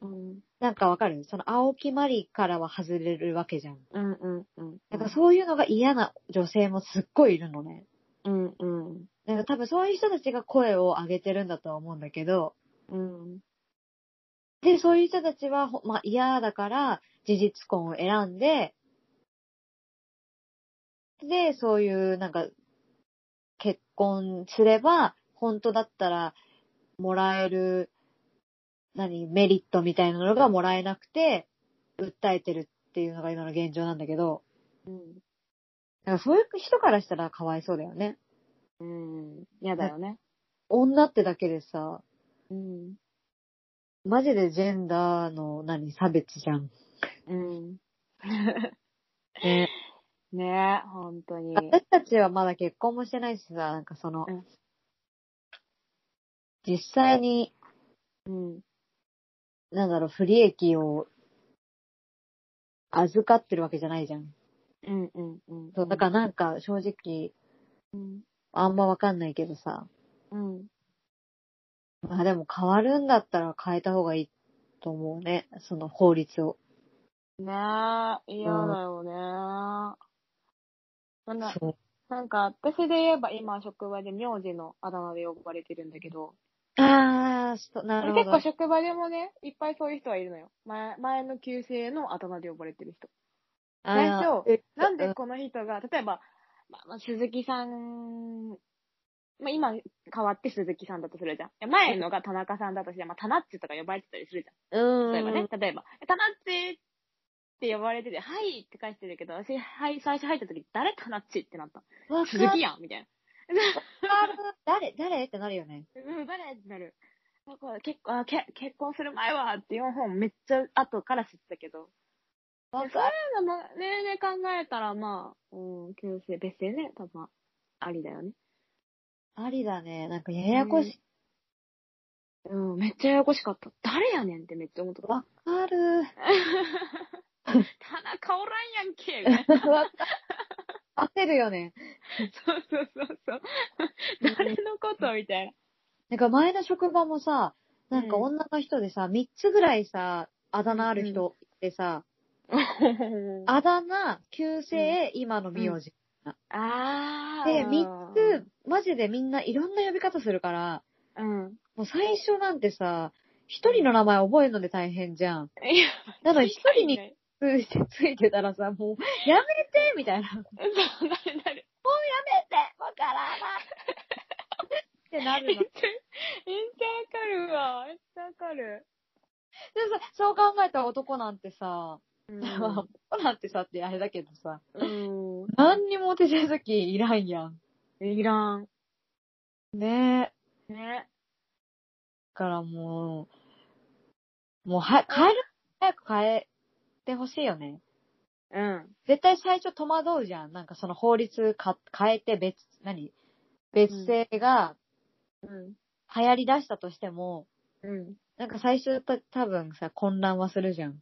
S2: うん、
S3: なんかわかるその青木マリからは外れるわけじゃん。
S2: うん、うん。うん
S3: なんかそういうのが嫌な女性もすっごいいるのね。
S2: うん、うん。
S3: だなんか多分そういう人たちが声を上げてるんだとは思うんだけど、
S2: うん。
S3: で、そういう人たちは、ほまあ、嫌だから、事実婚を選んで、で、そういう、なんか、結婚すれば、本当だったら、もらえる、何、メリットみたいなのがもらえなくて、訴えてるっていうのが今の現状なんだけど、
S2: うん。
S3: なんかそういう人からしたらかわいそうだよね。
S2: うん。嫌だよね。
S3: 女ってだけでさ、
S2: うん。
S3: マジでジェンダーの何、差別じゃん。
S2: うん。
S3: ね
S2: ねえ、本当に。
S3: 私たちはまだ結婚もしてないしさ、なんかその、
S2: うん
S3: 実際に、
S2: うん。
S3: なんだろう、不利益を預かってるわけじゃないじゃん。
S2: うんうんうん。
S3: そうだからなんか正直、
S2: うん。
S3: あんまわかんないけどさ、
S2: うん。
S3: まあでも変わるんだったら変えた方がいいと思うね、その法律を。
S2: ねえ、嫌だよね。そんな、
S3: そう。
S2: なんか、私で言えば今、職場で名字のあだ名で呼ばれてるんだけど、
S3: あー、そうなるほ
S2: 結
S3: ど。
S2: 構職場でもね、いっぱいそういう人はいるのよ。前、前の旧姓のあだ名で呼ばれてる人。
S3: あー
S2: 最初
S3: え
S2: なんで
S3: う
S2: この人が、例えば、まあまあ、鈴木さん、まあ、今変わって鈴木さんだとするじゃん。で前のが田中さんだとして、まあ、田ナッチとか呼ばれてたりするじゃ。
S3: うんん。
S2: 例えばね、例えば、田ナッチって呼ばれてて、はいって返してるけど、私、はい、最初入った時、誰田ナッチってなった。
S3: わか
S2: 鈴
S3: る
S2: 木。やんみたいな。
S3: 誰、誰ってなるよね。
S2: うん、誰ってなる。だから結構あけ、結婚する前はっていう本めっちゃ後から知ったけど。
S3: わ
S2: そう
S3: かる。
S2: いうのも、ね、ね、考えたら、まあ、うん、旧姓、別姓ね、多分、ありだよね。
S3: ありだね。なんかややこしい
S2: うん、めっちゃややこしかった。誰やねんってめっちゃ思った。
S3: わかる。
S2: 田中おらんやんけみたいな
S3: 焦るよね。
S2: そうそうそうそう。誰のことみたい
S3: なんか前の職場もさ、なんか
S2: うん
S3: 女の人でさ、3つぐらいさ、あだ名ある人でさ、
S2: な。
S3: あだ名、旧姓、今の名字。
S2: あー
S3: で、3つ、マジでみんないろんな呼び方するから、
S2: うん。
S3: もう最初なんてさ、一人の名前覚えるので大変じゃん。
S2: いや、
S3: なのに一人に
S2: ね。
S3: ついてついてたらさ、もう、やめてみたいな。っ
S2: そう、なるなる。
S1: わからない。
S3: てな
S2: めっ
S3: る
S2: ち
S3: の
S2: ゃ、め。っちゃわかるわ。めっちゃわかる。
S3: でもさ、そう考えたら男なんてさ、
S2: う
S3: 男なんてさってあれだけどさ、
S2: ん。う
S3: 何にも手続きいらんやん。
S2: ん。いらん。
S3: ねえ。
S2: ね。
S3: だからもう、もうは、変える、早く変えてほしいよね。
S2: うん。
S3: 絶対最初戸惑うじゃん。なんかその法律か変えて別、何別姓が
S2: うん。
S3: 流行り出したとしても、
S2: うん。
S3: なんか最初た多分さ、混乱はするじゃん。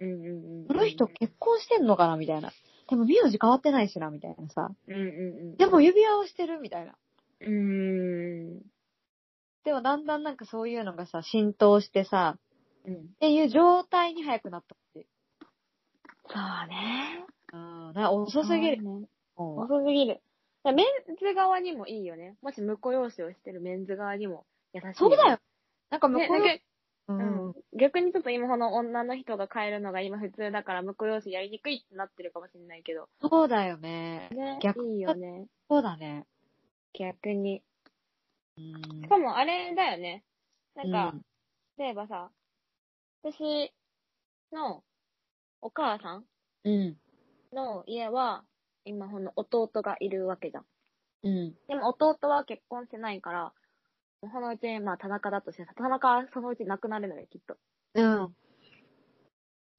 S2: うんうんうん。
S3: この人結婚してんのかなみたいな。でも名字変わってないしな、みたいなさ。
S2: うんうんうん。
S3: でも指輪をしてるみたいな。
S2: うーん。
S3: でもだんだんなんかそういうのがさ、浸透してさ、
S2: うん。
S3: っていう状態に早くなったっていう。
S2: そうね。
S3: うん、な遅すぎる。
S2: そうね。
S3: もう
S2: 遅すぎる。だからメンズ側にもいいよね。もし婿養子をしてるメンズ側にも優しい、
S3: そうだよ。。なんか向こ
S2: ね、
S3: う、
S2: なんか
S3: う
S2: うん
S3: ん、
S2: 逆にちょっと今この女の人が変えるのが今普通だから婿養子やりにくいってなってるかもしれないけど。
S3: そうだよね。
S2: ね、
S3: 逆
S2: いいよね。
S3: そうだね。
S2: 逆に。
S3: うん。
S2: しかもあれだよね。なんか、
S3: うん
S2: 例えばさ、私のお母さん
S3: うん。
S2: の家は、今この弟がいるわけじゃん。
S3: うん。
S2: でも弟は結婚してないから、そのうち、まあ田中だとして、田中はそのうち亡くなるのよ、きっと。
S3: うん。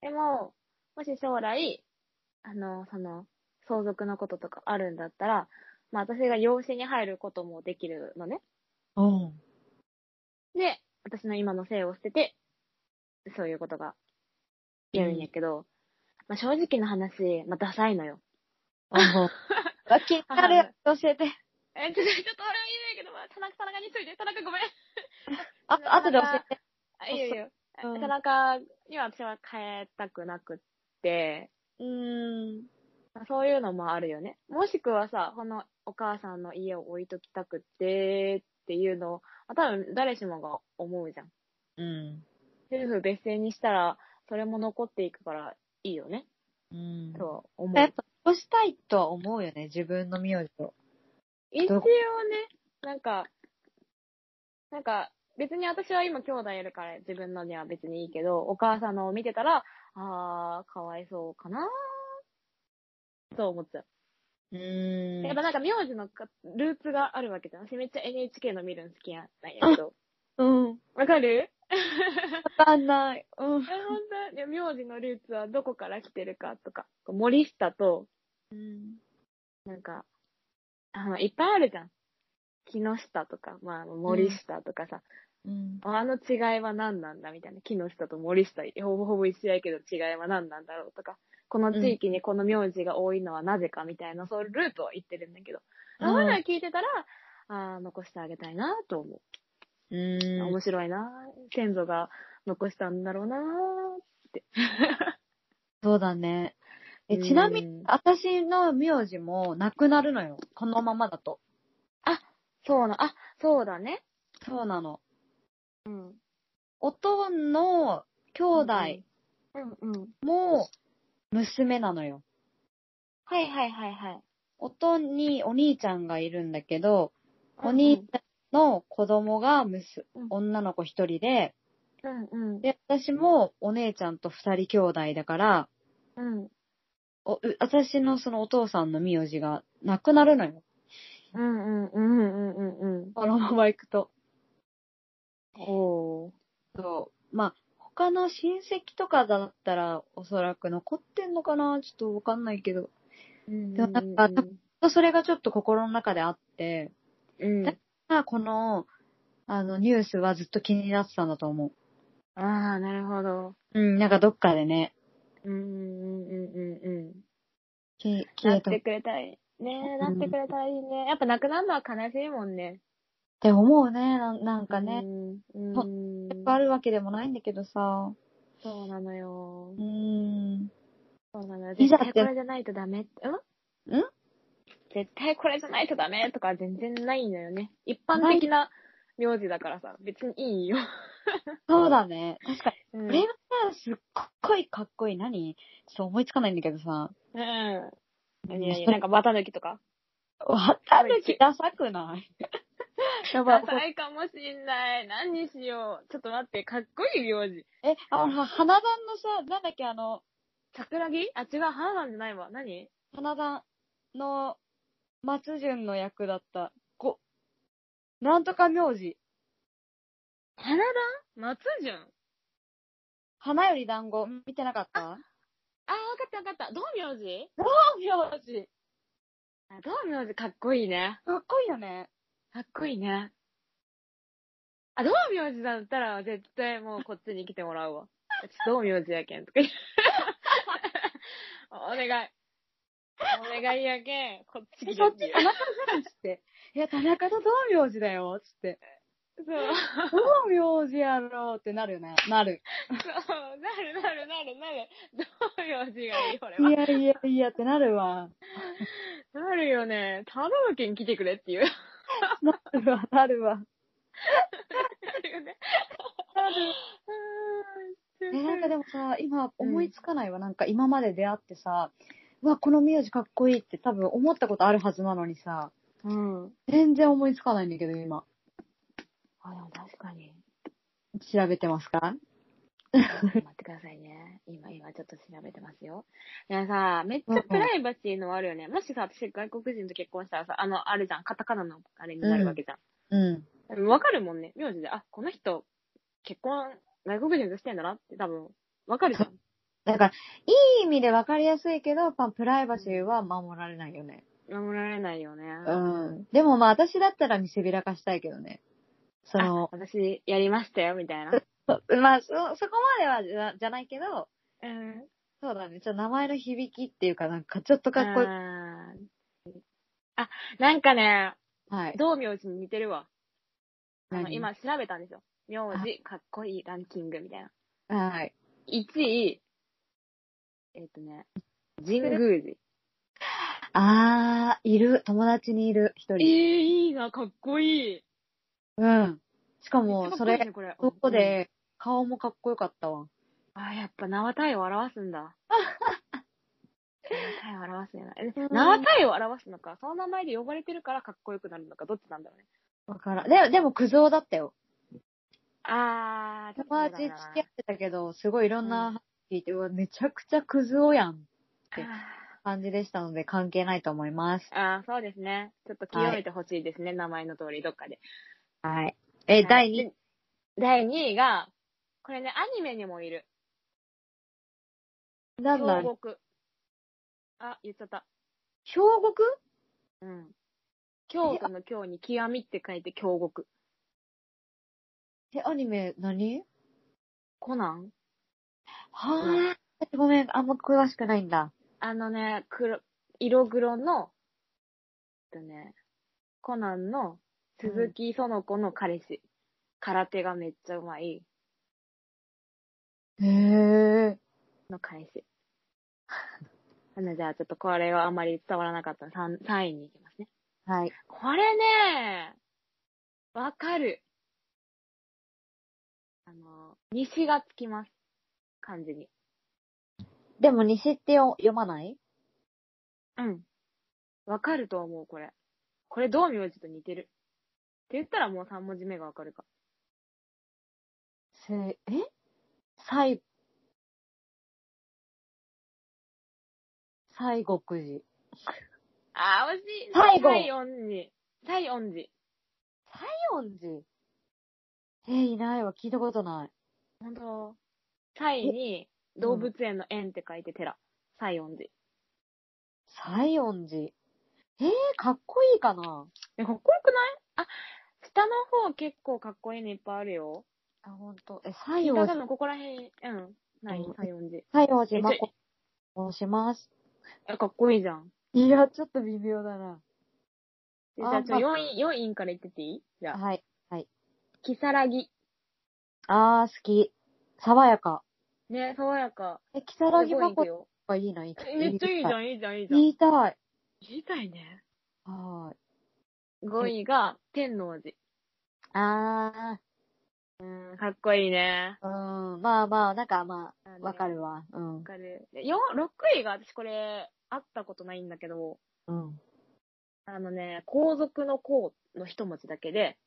S2: でも、もし将来、あの、その、相続のこととかあるんだったら、まあ私が養子に入ることもできるのね。
S3: うん。
S2: で、私の今の姓を捨てて、そういうことが言えるんやけど、まあ正直な話、まあダサいのよ。
S3: あ、気になる。教えて。
S2: え、ちょっと、ちょっと俺は言えないけど、まあ、田中、田中にしといて、田中ごめん。
S3: あと、あとで教えて。
S2: あ、いいよいいよ。
S3: うん
S2: 田中には私は変えたくなくって、
S3: うん。
S2: まあそういうのもあるよね。もしくはさ、このお母さんの家を置いときたくてっていうのを、まあ多分誰しもが思うじゃん。
S3: うん。
S2: 夫婦別姓にしたら、それも残っていくからいいよね、
S3: うん
S2: とは思
S3: やっ
S2: う。
S3: ぱ、残したいとは思うよね、自分の名字を。
S2: 一応ね、なんか、なんか、別に私は今兄弟いるから自分のには別にいいけど、お母さんのを見てたら、あー、かわいそうかなーと思っちゃう。
S3: うーん。
S2: やっぱなんか名字のかルーツがあるわけじゃん。私めっちゃ NHK の見るの好きやなんやけど。
S3: うん。わ
S2: わかる
S3: かんない。うん
S2: え、。ほんとで名字のルーツはどこから来てるかとか、森下と、なんか、あの、いっぱいあるじゃん。木下とか、まあ、森下とかさ、
S3: うん。
S2: あの違いは何なんだみたいな。木下と森下、ほぼほぼ一緒やけど違いは何なんだろうとか、この地域にこの名字が多いのはなぜかみたいな、そういうルートを言ってるんだけど、あそういうの聞いてたら、あー残してあげたいなと思う。
S3: うん。
S2: 面白いな先祖が残したんだろうな
S3: そうだね。え、
S2: うん
S3: ちなみに、私の名字もなくなるのよ。このままだと。
S2: そうな、あ、そうだね。
S3: そうなの。
S2: うん。
S3: おとんの兄弟
S2: うんうん。
S3: も娘なのよ。
S2: はいはいはいはい。
S3: おとんにお兄ちゃんがいるんだけど、お
S2: に
S3: 兄ちゃんの子供がむす
S2: うん
S3: 女の子一人で、
S2: うんうん。
S3: で、私もお姉ちゃんと二人兄弟だから、
S2: うん。
S3: おう私のそのお父さんの名字がなくなるのよ。
S2: うんうんうんうんうんうん。
S3: このまま行くと。
S2: おー。
S3: そう。まあ、他の親戚とかだったら、おそらく残ってんのかなちょっとわかんないけど。
S2: うん
S3: でもなんかそれがちょっと心の中であって、
S2: うん。
S3: まあ、この、あの、ニュースはずっと気になってたんだと思
S2: ああ、なるほど。
S3: う。うん、なんかどっかでね、
S2: うんうんうんうんうん。
S3: き消
S2: な
S3: え
S2: ってて
S3: っ
S2: くれたらいい。ねなってくれたらいいね。やっぱなくなるのは悲しいもんね。
S3: て思うね。ななんかね、
S2: うん。
S3: ほ
S2: うん
S3: いっぱいあるわけでもないんだけどさ。
S2: そうなのよ
S3: う。ん。
S2: そうなのよ。
S3: い
S2: 絶
S3: ざ
S2: 対
S3: って
S2: これじゃないとダメって。うん
S3: ん
S2: 絶対これじゃないとダメとか全然ないのよね。一般的な名字だからさ、別にいいよ。
S3: そうだね。確か
S2: う
S3: に。
S2: ん
S3: これがさ、すっごいかっこいい。何ちょっと思いつかないんだけどさ。
S2: うん。いやいや、なんかバタ抜きとか。
S3: たぬきダサく ないやば
S2: ダ
S3: い。
S2: サいかもしんない。何にしよう。ちょっと待って、かっこいい名字。
S3: え、あの、花壇のさ、なんだっけ、あの、
S2: 桜木あ、違う、花なんじゃないわ。何
S3: 花壇の松潤の役だった。こ、なんとか名字。
S2: 花だ松潤
S3: 花より団子、見てなかった
S2: あー、わかったわかった。道明寺
S3: 名字。
S2: あ道明寺かっこいいね。
S3: かっこいいよね。
S2: かっこいいね。あ、道明寺だったら絶対もうこっちに来てもらうわ。 うち道明寺やけんとか言う お願い。お願いやけん、こっち
S3: え、
S2: 来
S3: そっ
S2: っ
S3: ち
S2: て
S3: 田中じゃんっつって。 いや、田中と同名字だよっつって。
S2: そう。そ
S3: 同名字やろってなるよね。なる。
S2: う、なるなるなるなる。道明寺がいい、俺
S3: い
S2: は。
S3: やいやいやってなるわ。
S2: なるよね。頼むけん来てくれっていう。
S3: なるわ、なるわ。
S2: なるよね。
S3: え、なんかでもさ、今思いつかないわ。なんか今まで出会ってさ、うわ、この名字かっこいいって多分思ったことあるはずなのにさ、
S2: うん。
S3: 全然思いつかないんだけど今。
S2: あ、でも確かに。
S3: 調べてますか
S2: 待ってくださいね。今、今ちょっと調べてますよ。いやさ、めっちゃプライバシーのあるよね。もしさ、私外国人と結婚したらさ、あの、あるじゃん。カタカナのあれになるわけじゃ
S3: うん。
S2: ん。わ、かるもんね。名字で、あ、この人、結婚、外国人としてんだなって多分、わかるじゃん。
S3: だから、いい意味でわかりやすいけど、まあ、プライバシーは守られないよね。
S2: 守られないよね。
S3: うん。でもまあ私だったら見せびらかしたいけどね。そ
S2: あ
S3: の、
S2: 私、やりましたよ、みたいな。
S3: まあそ、そこまではじゃじゃないけど、
S2: うん。
S3: そうだね。ちょっと名前の響きっていうかなんかちょっとかっこいい。
S2: あーあ、なんかね、
S3: はい。
S2: 道明寺に似てるわ。あの
S3: 何
S2: 今調べたんですよ。名字かっこいいランキングみたいな。
S3: はい。
S2: 1位、えっ、とね、神宮寺。
S3: あー、いる。友達にいる、一
S2: えー、
S3: 人。
S2: いいな、かっこいい。
S3: うん。しか
S2: めっ
S3: も、
S2: ちゃか
S3: そ
S2: っこいい
S3: れ、
S2: ね、これ
S3: そこ。で、顔もかっこよかったわ。
S2: うんあー、やっぱ縄体を表すん だ。縄体を表すんやな。え
S3: うん
S2: 縄体を表すのか、その名前で呼ばれてるからかっこよくなるのか、どっちなんだろうね。
S3: わからん。で、でも、クズ男だったよ。
S2: あー、ちょっと
S3: 友達
S2: そ
S3: 付
S2: うだな
S3: き合ってたけど、すごいいろん
S2: うん
S3: な話聞いて、うわ、めちゃくちゃクズ男やん。て
S2: あ
S3: 感じでしたので、関係ないと思います。
S2: ーあー、そうですね。ちょっと清めてほしいですね、名前の通り、どっかで。
S3: はい。え、第2
S2: 位。第2位が、これね、アニメにもいる。
S3: 位。な
S2: 京
S3: んだろう
S2: 極。あ、言っちゃった。
S3: 京極
S2: うん。京都の京に極みって書いて京極。
S3: え、アニメ何、
S2: コナン
S3: はぁ、ごめん、あんま詳しくないんだ。
S2: あのね、黒、色黒の、えっとね、コナンの鈴木園子の彼氏。空手がめっちゃうまい
S3: へぇー。
S2: の彼氏。 なので、じゃあちょっとこれはあまり伝わらなかったので3、3位に行きますね。
S3: はい。
S2: これね、わかる。あの、西がつきます。漢字に。
S3: でも、西ってよ読まない
S2: うん。わかると思う、これ。これ、道明寺と似てる。って言ったらもう3文字目がわかるか。
S3: せ、え西、西国寺。
S2: あー、惜しい。
S3: 最後
S2: 西音寺。西音寺。
S3: 西音寺え、いないわ、聞いたことない。
S2: ほんと。西に、動物園の園って書いて寺。西音寺。
S3: 西音寺。えー、かっこいいかな
S2: え、かっこよくないあ、下の方結構かっこいいのいっぱいあるよ。
S3: あ、ほんと。え、
S2: 多
S3: 西音寺、
S2: 分ここら辺、うん。ない、
S3: うん
S2: 西音寺。
S3: 西音寺
S2: え
S3: ま
S2: ちょ
S3: こ、申します。
S2: あかっこいいじゃん。
S3: いや、ちょっと微妙だな。
S2: でじゃあ、
S3: あ
S2: ちょ、
S3: まあ
S2: 4位、4位から言ってっていいじゃあ、
S3: はい。
S2: キサラギ。
S3: あー、好き。爽やか。
S2: ね、爽やか。
S3: え、キサラギ
S2: すごい
S3: マ
S2: 行く
S3: コ
S2: よ。
S3: がいいな、めっ
S2: え めっちゃいいじゃ
S3: ん。
S2: ん、いいじゃん、いいじゃん
S3: 言。いたい。
S2: 言いたいね。
S3: はーい。
S2: 5位が、天王寺。
S3: あ
S2: うん、かっこいいね。
S3: ー、うーん、まあまあ、なんかま
S2: あ
S3: あ、
S2: の
S3: わか。るわ。うん
S2: わ。かる。で、よん6位が、私これ、会ったことないんだけど、
S3: うん。
S2: あのね、皇族の皇の一文字だけで、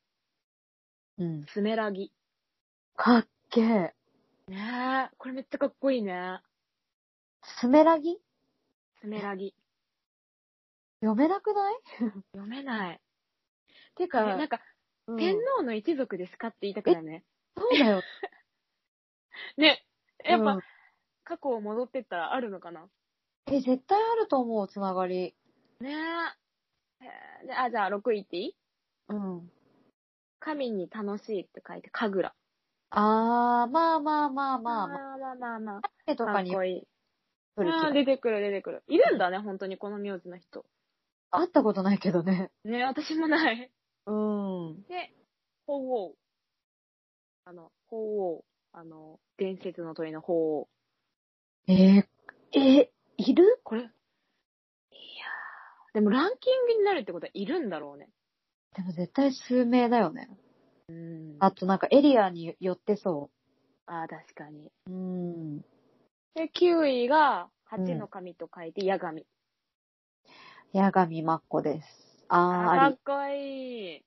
S3: うん。
S2: スメラギ。
S3: かっけえ。
S2: ねえ、これめっちゃかっこいいね。
S3: スメラギ
S2: スメラギ。
S3: 読めなくない
S2: 読めない。
S3: て
S2: え
S3: か、
S2: なんか、
S3: うん
S2: 天皇の一族ですかって言いたくなるね。
S3: そう だよ。
S2: ね、やっぱ、
S3: うん
S2: 過去を戻ってったらあるのかな
S3: え、絶対あると思う、つながり。
S2: ねえ。えーであ、じゃあ6位っていい
S3: うん。
S2: 神に楽しいって書いて、神楽。
S3: あー、まあまあまあまあまあ。
S2: まあまあまあ。
S3: 絵と
S2: か
S3: か
S2: っ
S3: に
S2: こいい。
S3: 来る
S2: あー
S3: けど。
S2: 出てくる出てくる。いるんだね、本当にこの名字の人。
S3: 会ったことないけどね。
S2: ね私もない。
S3: うん。
S2: で、鳳凰。あの、鳳凰。あの、伝説の鳥の鳳凰。
S3: えー、え、いる
S2: これいやー。でもランキングになるってことはいるんだろうね。
S3: でも絶対数名だよね。
S2: うんあ
S3: あとなんかエリアによってそ
S2: あー、確かに。
S3: う。うん。
S2: で、9位が、八の神と書いて、八神。
S3: 八神真子です。あ
S2: あ
S3: あ
S2: ー、
S3: あり
S2: かっ。こいい。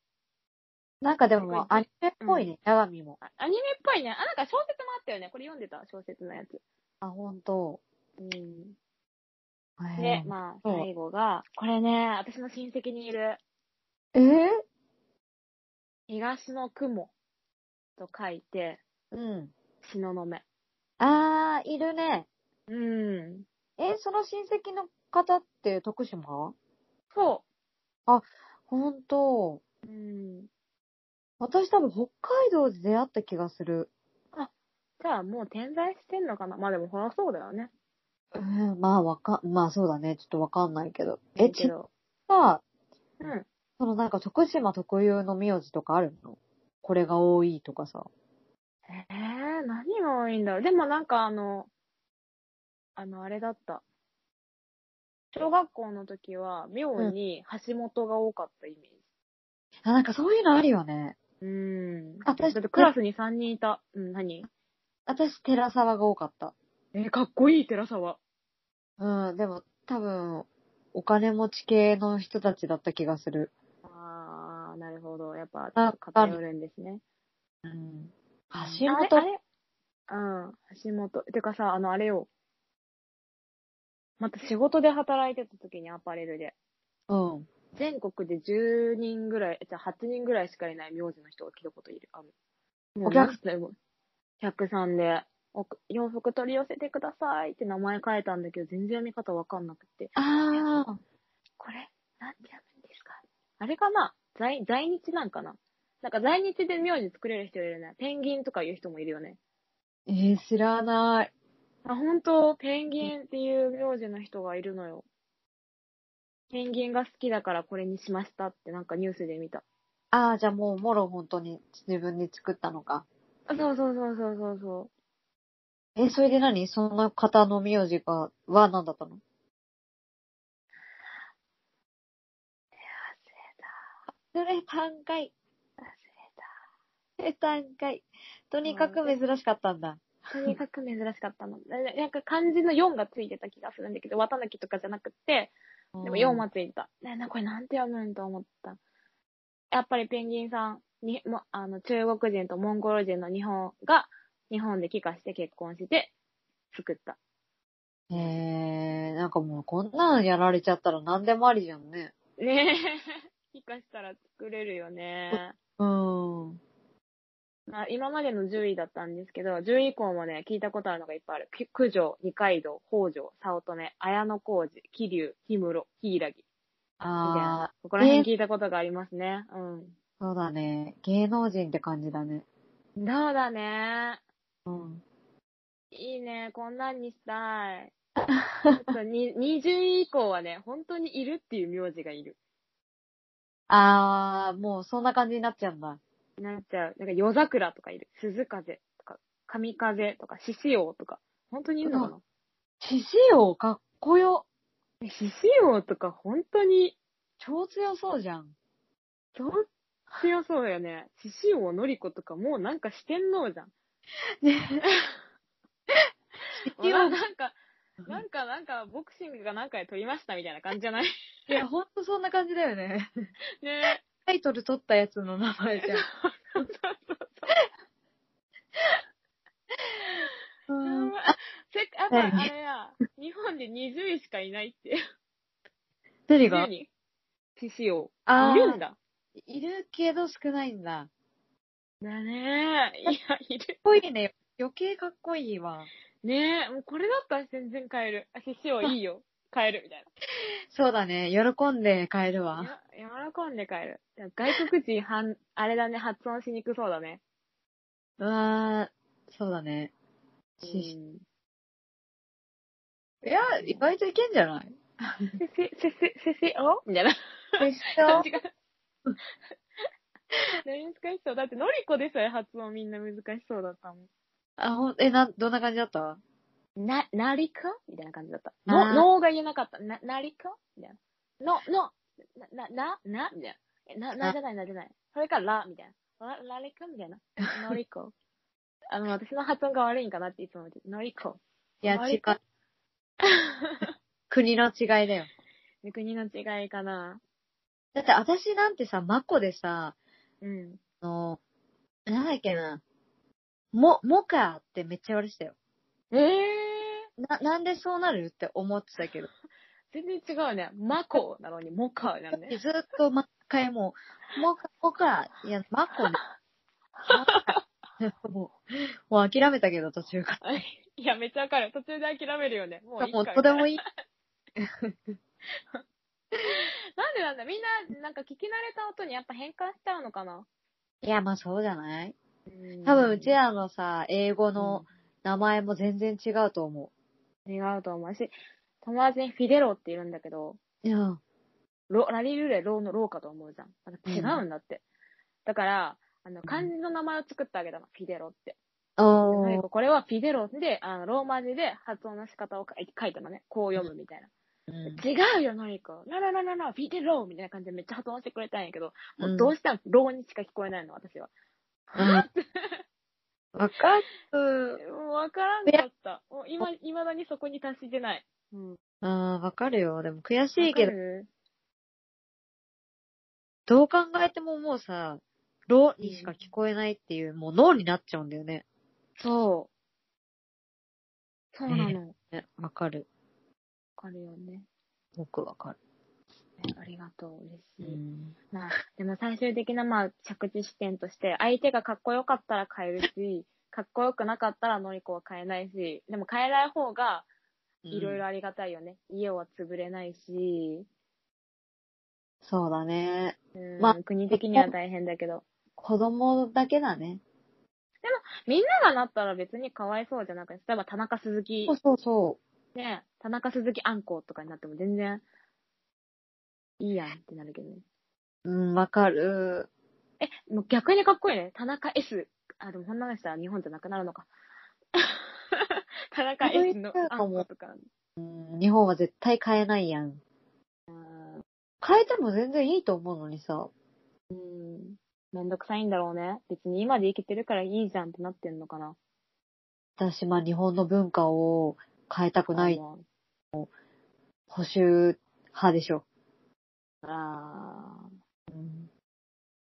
S3: なんかでも
S2: こ、れ
S3: アニメっぽいね、八神も。
S2: あアニメっぽいね。あ、なんか小説もあったよね。これ読んでた小説のやつ。
S3: あ、ほんと。
S2: うん。
S3: へ
S2: で、
S3: ー
S2: まあ、
S3: そう
S2: 最後が、これね、私の親戚にいる、
S3: えー
S2: 東の雲と書いて、
S3: うん。
S2: 東雲。
S3: あー、いるね。
S2: うん。
S3: え、その親戚の方って徳島
S2: そ
S3: ほんと。
S2: う。うん。
S3: 私多分北海道で出会った気がする。
S2: じゃあ、もう点在してんのかなまあでも、ほらそうだよね。
S3: うん、まあわか、まあそうだね。ちょっとわかんないけど。え、
S2: け
S3: ち
S2: ど。
S3: は、
S2: うん。
S3: そのなんか徳島特有の名字とかあるのこれが多いとかさ。
S2: えー、何が多いんだろう。でもなんかあの、あの、あれだった。小学校の時は、妙に橋本が多かったイメージ。
S3: あ、なんかそういうのあるよね。
S2: うん。
S3: あ私
S2: だってクラスに3人いた。うん、何
S3: 私、寺沢が多かった。
S2: えーかっこいい、寺沢。
S3: うん、でも多分、お金持ち系の人たちだった気がする。
S2: あー、なるほど。やっぱ、
S3: あ
S2: 偏るんですね。
S3: うん。
S2: 橋
S3: 橋
S2: 本
S3: 本、
S2: うん、橋本。てかさ、あの、あれよ。また仕事で働いてた時にアパレルで。
S3: うん。
S2: 全国で10人ぐらい、じゃあ8人ぐらいしかいない名字の人が来たこといる。あの、お客さん、お客さんで、お洋服取り寄せてくださいって名前書いたんだけど、全然読み方わかんなくて。
S3: ああ、
S2: これ、なんて読むんですかあれかな在、在日なんかななんか在日で名字作れる人いるよね。ペンギンとかいう人もいるよね。
S3: えー、知らない。
S2: あ、本当ペンギンっていう名字の人がいるのよ。ペンギンが好きだからこれにしましたってなんかニュースで見た。
S3: ああ、じゃあもう、もろ本当に自分で作ったのか。
S2: あそうそうそうそうそうそう。
S3: え、それで何そんな方の名字が、は何だったのそれ単回。 え、単回。とにかく珍しかったんだ。
S2: とにかく珍しかったの。ななんか漢字の4がついてた気がするんだけど、綿貫とかじゃなくって、でも4はついてた。ねな、これなんて読むんと思った。やっぱりペンギンさんに、もあの中国人とモンゴル人の日本が、日本で帰化して結婚して、作った。
S3: へえー、なんかもうこんなのやられちゃったら何でもありじゃんね。
S2: ね え。帰化したら作れるよね。
S3: うん。うん。
S2: まあ、今までの10位だったんですけど、10位以降もね、聞いたことあるのがいっぱいある。き九条、二階堂、北条、早乙女、綾小路、桐生、氷室、柊。みたい
S3: ああ
S2: な、ここら辺聞いたことがありますね。うん。
S3: そうだね。芸能人って感じだね。
S2: そうだね。
S3: うん。
S2: いいね。こんなんにしたい。ちょっとに20位 以降はね、本当にいるっていう名字がいる。
S3: ああ、もうそんな感じになっちゃうんだ。
S2: なっちゃう。なんか夜桜とかいる。鈴風とか、神風とか、獅子王とか。本当にいるのかな
S3: 獅子王かっこよ。
S2: え獅子王とか本当に、
S3: 超強そうじゃん。
S2: どう強そうだよね。獅子王のりことかもうなんか四天王じゃん。
S3: 王
S2: もうなんか、なんか、なんか、ボクシングが何回取りましたみたいな感じじゃ ない
S3: いや、ほんとそんな感じだよね。
S2: ねえ。
S3: タイトル取ったやつの名前じゃん。うん
S2: せやっぱ、あれや、日本で20位しかいないって。
S3: 誰
S2: 20
S3: が
S2: 人獅子王。
S3: あー
S2: いるんだ。
S3: いるけど少ないんだ。か
S2: だねえ。いや、いる
S3: っ。こいいね。余計かっこいいわ。
S2: ねえ、もうこれだったら全然買える。あ獅子王いいよ。買えるみたい
S3: そうだね。喜んで買える
S2: な。
S3: わ。
S2: や喜んで買える。でも外国人はん、あれだね、発音しにくそうだね。
S3: うわー、そうだね。
S2: う
S3: しい
S2: ん
S3: や、意外といけんじゃない
S2: せせ、せせ、せせ、おみたいな
S3: でし
S2: 感じが。何難しそう。だって、のりこでさえ発音みんな難しそうだったも
S3: あ、ほん、え、な、どんな感じだった
S2: ん。な、なりこみたいな感じだった。
S3: あー
S2: の、のーが言えなかった。な、なりこみたいな。の、の、な、な、な、なみたいな。えな、なじゃない、なじゃない。それから、ら、みたいな。ら、らりこみたいな。のりこ。 あの、私の発音が悪いんかなっていつも思って、のりこ。
S3: いや、違
S2: 割
S3: う。 国の違いだよ。
S2: 国の違いかな。
S3: だって私なんてさ、マコでさ、
S2: うん。
S3: あの、なんだっけな、も、モカってめっちゃ言われてたよ。
S2: ええ
S3: な、なんでそうなるって思ってたけど。
S2: ー、全然違うね。マコなのに、モカなのね。
S3: ずっと毎回もう、モカ、モカ、いや、マコね。マコもう、もう諦めたけど途中から。
S2: いや、めっちゃわかる。途中で諦めるよね。もういい
S3: も
S2: か
S3: う、とでも
S2: い。
S3: いい。
S2: なんでなんだみんな、なんか聞き慣れた音にやっぱ変換しちゃうのかない
S3: や、まあそうじゃない多分、うち
S2: は
S3: らのさ、英語の名前も全然違うと思
S2: 違うと思うし、友達にフィデロっているんだけど、
S3: う。いや、
S2: ロラリルレローのローかと思うじゃん。なんか違うんだって。だから、あの、漢字の名前を作ってあげたの。フィデロって。
S3: お
S2: なん
S3: ー
S2: かこれはフィデロで、あの、ローマ字で発音の仕方を書い書いたのね。こう読むみたいな。
S3: うん
S2: 違うよ、のりこ。ならららら、聞いてろみたいな感じでめっちゃ発音してくれたんやけど、もうどうしても、ローにしか聞こえないの、私は。
S3: わかる。
S2: もうわからんかった。もう今、いまだにそこに達してない。うん。
S3: ああ、わかるよ。でも悔し
S2: い
S3: いけど、どう考えてももうさ、ロにしか聞こえないっていう、もう脳になっちゃうんだよね。
S2: そう。そうなの。わ
S3: ねわかる。
S2: かるよね。
S3: すごくわかる。
S2: ありがとう、嬉しい。まあ、でも最終的な、まあ、着地視点として、相手がかっこよかったら変えるし、かっこよくなかったらのりこは変えないし、でも変えない方が、いろいろ
S3: ある。
S2: ありがたいよね。家は潰れないし、
S3: そうだね。
S2: うん
S3: まあ
S2: 国的には大変だけど。
S3: 子供だけだね。
S2: みんながなったら別にかわいそうじゃなくて、例えば田中鈴木
S3: そう、そうそ
S2: ね、田中鈴木あんことかになっても全然、いいやんってなるけどね。
S3: う。うん、わかる。
S2: え、もう逆にかっこいいね。田中 S。あ、でもそんな話したら日本じゃなくなるのか。 田中 S のあんことか。
S3: うん日本は絶対変えないやん。変えても全然いいと思うのにさ。
S2: うん。めんどくさいんだろうね。別に今で生きてるからいいじゃんってなってんのかな。
S3: 私、まあ日本の文化を変えたくない
S2: あ
S3: 保守派でしょ。
S2: あ
S3: うん
S2: ー。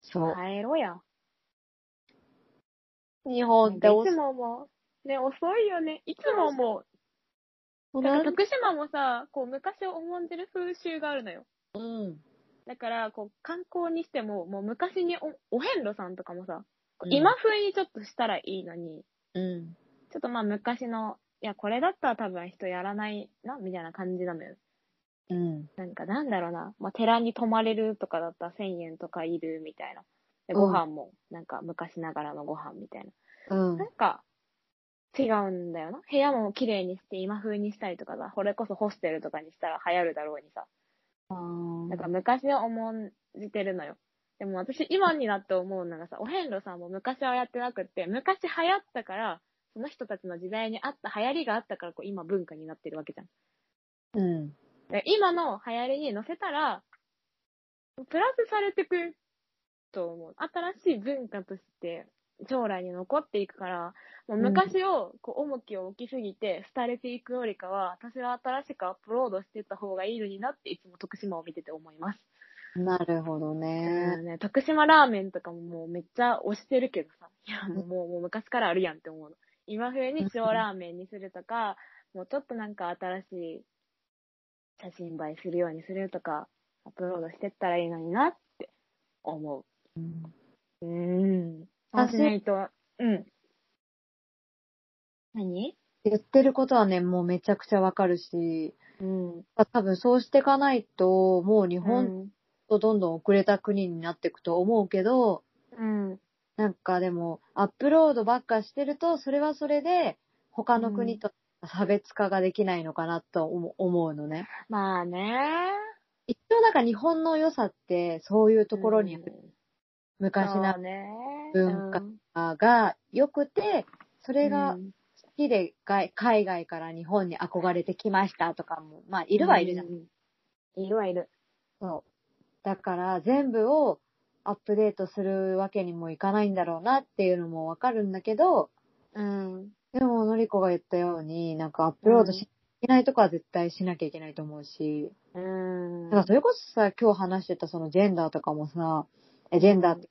S3: そう。
S2: 帰ろうや。
S3: 日本って
S2: いつももう、ね、遅いよね。いつももう。だから
S3: 同じ
S2: 徳島もさ、こう、昔を重んじる風習があるのよ。
S3: うん。
S2: だから、こう、観光にしても、もう昔にお、お遍路さんとかもさ、こう
S3: うん
S2: 今風にちょっとしたらいいのに、
S3: うん。
S2: ちょっとまあ昔の、いや、これだったら多分人やらないな、みたいな感じなのよ。
S3: うん。
S2: なんか、なんだろうな。まあ、寺に泊まれるとかだったら1000円とかいるみたいな。で、
S3: うん
S2: ご飯も、なんか昔ながらのご飯みたいな。
S3: うん
S2: なんか、違うんだよな。部屋も綺麗にして、今風にしたりとかさ、これこそホステルとかにしたら流行るだろうにさ、なんか昔を重んじてるのよ。でも私、今になって思うのがさ、お遍路さんも昔はやってなくって、昔流行ったから、その人たちの時代にあった、流行りがあったから、こう今文化になってるわけじゃん。
S3: うん。
S2: で今の流行りに乗せたら、プラスされてくと思う。新しい文化として将来に残っていくから、もう昔をこう重きを置きすぎて廃れていくよりかは、私は新しくアップロードしていった方がいいのになっていつも徳島を見てて思います。
S3: なるほど
S2: う
S3: ね。
S2: んね、徳島ラーメンとかももうめっちゃ推してるけどさ、いやもうもう昔からあるやんって思うの。今風に塩ラーメンにするとか、もうちょっとなんか新しい写真映えするようにするとか、アップロードしてったらいいのになって思
S3: うん
S2: う。うん。そう
S3: 私
S2: しないと、うん。何
S3: 言ってることはね、もうめちゃくちゃわかるし、
S2: うん。
S3: 多分そうしていかないと、もう日本
S2: ん。
S3: とどんどん遅れた国になっていくと思うけど、
S2: うん。
S3: なんかでも、アップロードばっかしてると、それはそれで、他の国と差別化ができないのかなと思思うのね。
S2: まあね。
S3: 一応なんか日本の良さって、そういうところに
S2: うん
S3: 昔
S2: そ
S3: な
S2: うね
S3: 文化
S2: うん
S3: がが良くて、それが
S2: う
S3: 好
S2: ん
S3: きで外海外から日本に憧れてきましたとかも、まあいるはいるじゃん。
S2: うんいるはいる。
S3: そう。だから全部をアップデートするわけにもいかないんだろうなっていうのもわかるんだけど、
S2: うん。
S3: でものりこが言ったように、なんかアップロードしなきゃいけないとこは絶対しなきゃいけないと思うし、
S2: うん
S3: だからそれこそさ、今日話してたそのジェンダーとかもさ、えジェンダーって、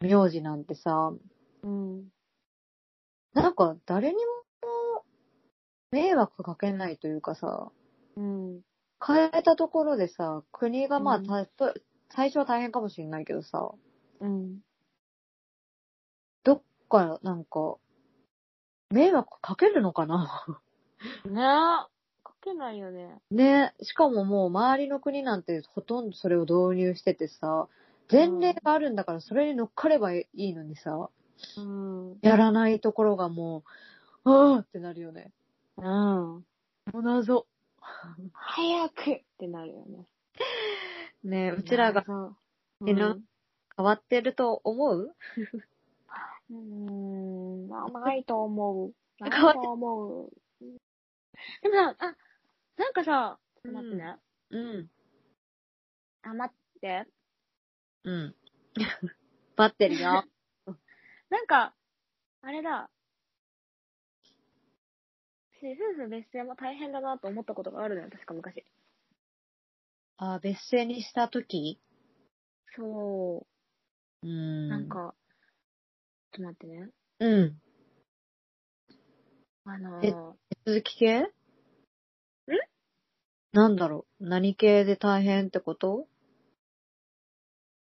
S3: 名字なんてさ、
S2: うん。
S3: なんか誰にも迷惑かけないというかさ、
S2: うん。
S3: 変えたところでさ、国がまあ、
S2: うん
S3: たと最初は大変かもしれないけどさ、
S2: うん。
S3: どっかなんか、迷惑かけるのかな
S2: ねえ。かけないよね。
S3: ねしかももう周りの国なんてほとんどそれを導入しててさ、前例があるんだからそれに乗っかればいいのにさ、
S2: うん。うん。
S3: やらないところがもう、あーってなるよね。もう謎。
S2: 早くってなるよね。
S3: ねうちらが
S2: そう。う。
S3: えなん変わってると思う
S2: うん。ない と思う。ない
S3: 変わって
S2: と思う。でもさ、あ、なんかさ、待ってね。
S3: うん。
S2: あ、待って。
S3: うん。 バッテリーよ。
S2: なんか、あれだ。私、夫婦別姓も大変だなと思ったことがあるのよ、確か昔。
S3: あ、別姓にしたとき
S2: そうう。
S3: ん。
S2: なん。か、ちょっと待ってね。
S3: うん。
S2: あの
S3: え
S2: ー、
S3: 続き系んなんだろう。何系で大変ってこと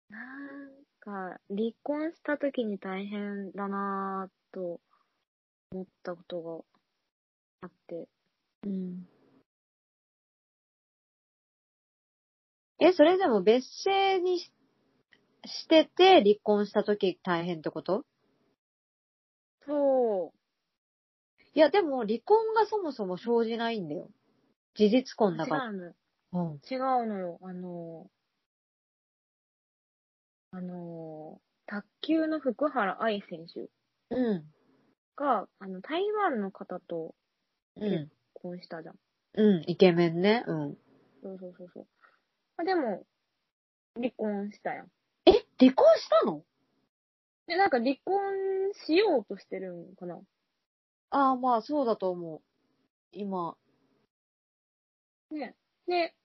S2: なんか、離婚した時に大変だなぁと思ったことがあって。
S3: うん。え、それでも別姓にししてて離婚したとき大変ってこと
S2: そう。
S3: いや、でも離婚がそもそも生じないんだよ。事実
S2: 違
S3: 婚
S2: う
S3: だから。
S2: の。
S3: うん。
S2: 違うのよ。あのー、あのー、卓球の福原愛選手
S3: う
S2: が、あの、台湾の方と
S3: ん。うん。
S2: 結婚したじゃん。
S3: うん。イケメンね。うん。
S2: そうそうそうそう。まあ、でも、離婚したやん。
S3: え、離婚したの
S2: で、なんか離婚しようとしてるんかな。
S3: ああ、まあ、そうだと思う。今。
S2: ね。で、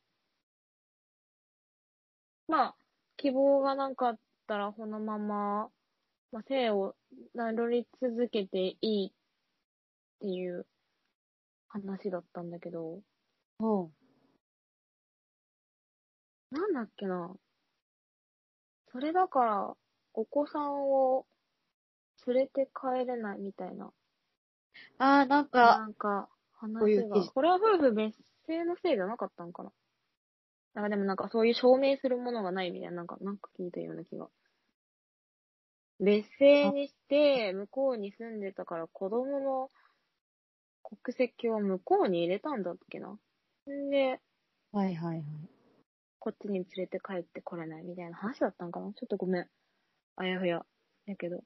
S2: まあ、希望がなかったら、このまま、まあ、生を名乗り続けていいっていう話だったんだけど、
S3: うん。
S2: なんだっけな。それだから、お子さんを連れて帰れないみたいな、
S3: ああ、なんか、
S2: なんか
S3: こういう
S2: 話
S3: 記
S2: が。
S3: 事
S2: これは夫婦別姓のせいじゃなかったんかな。なんかでもなんかそういう証明するものがないみたいな、なんか、なんか聞いたような気が。別姓にして、向こうに住んでたから子供の国籍を向こうに入れたんだっけな。んで、
S3: はいはいはい。
S2: こっちに連れて帰ってこれないみたいな話だったんかなちょっとごめん。あやふや。やけど。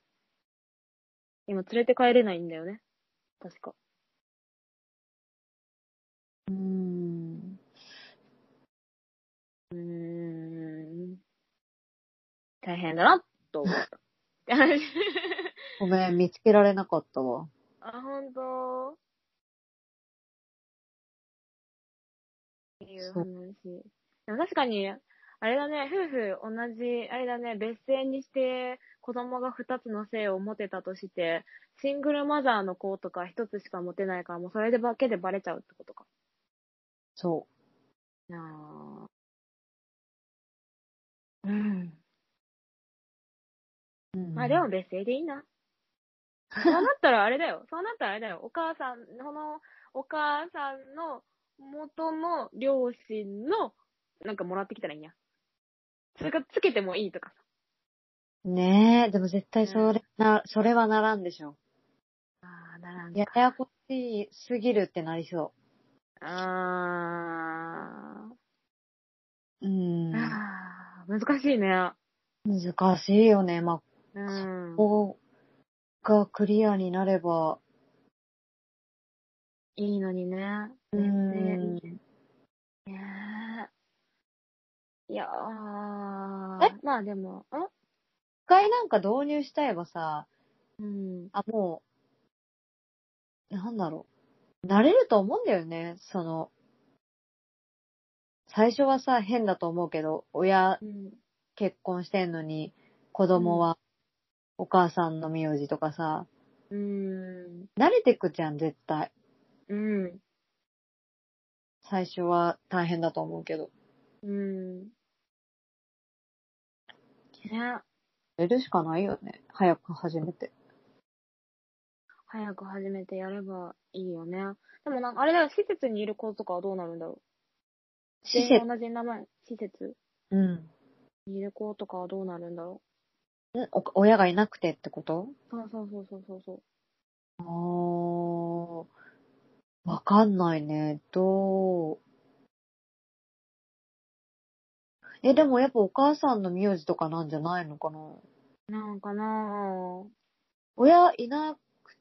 S2: 今連れて帰れないんだよね。確か。
S3: うーん。
S2: うーん。大変だな、と思った。
S3: ごめん、見つけられなかったわ。
S2: あ、ほんとっていう
S3: そう
S2: 話。でも確かに、あれだね、夫婦同じ、あれだね、別姓にして子供が二つの姓を持てたとして、シングルマザーの子とか一つしか持てないから、もうそれだけでバレちゃうってことか。
S3: そ
S2: なあ。うん。
S3: う。うん
S2: まあでも、別姓でいい な。そうなったらあれだよ。そうなったらあれだよ。お母さん、その、お母さんの元の両親の、なんかもらってきたらいいんや。それかつけてもいいとか
S3: ねえ、でも絶対それ、な、それはならんでしょ。
S2: さ。ああ、ならん
S3: ややこしすぎるってなりそ
S2: あ
S3: う。うん
S2: ー。あー、難しいね。
S3: 難しいよね。まあ、
S2: うん。
S3: ここがクリアになれば。
S2: いいのにね。
S3: う
S2: 全
S3: ん
S2: 然。。ねえいやー。まあでも、あ
S3: 一回なんか導入したいばさ、
S2: うん。
S3: あ、もう、なんだろう。慣れると思うんだよね、その、最初はさ、変だと思うけど、親
S2: うん。
S3: 結婚してんのに、子供はお母さんの名字とかさ、
S2: うん。
S3: 慣れてくじゃん、絶対。
S2: うん。
S3: 最初は大変だと思うけど。
S2: うん。ね。
S3: やるしかないよね。早く始めて。
S2: 早く始めてやればいいよね。でもなんか、あれだよ、施設にいる子とかはどうなるんだろう。
S3: 施
S2: 全
S3: 設
S2: 員。同じ名前、施設
S3: うん。
S2: にいる子とかはどうなるんだろ
S3: んお親がいなくてってこと
S2: う。そうそうそうそうそうそう。
S3: あー、わかんないね。どう。え、でもやっぱお母さんの名字とかなんじゃないのかな
S2: なんかなぁ。
S3: 親いなく、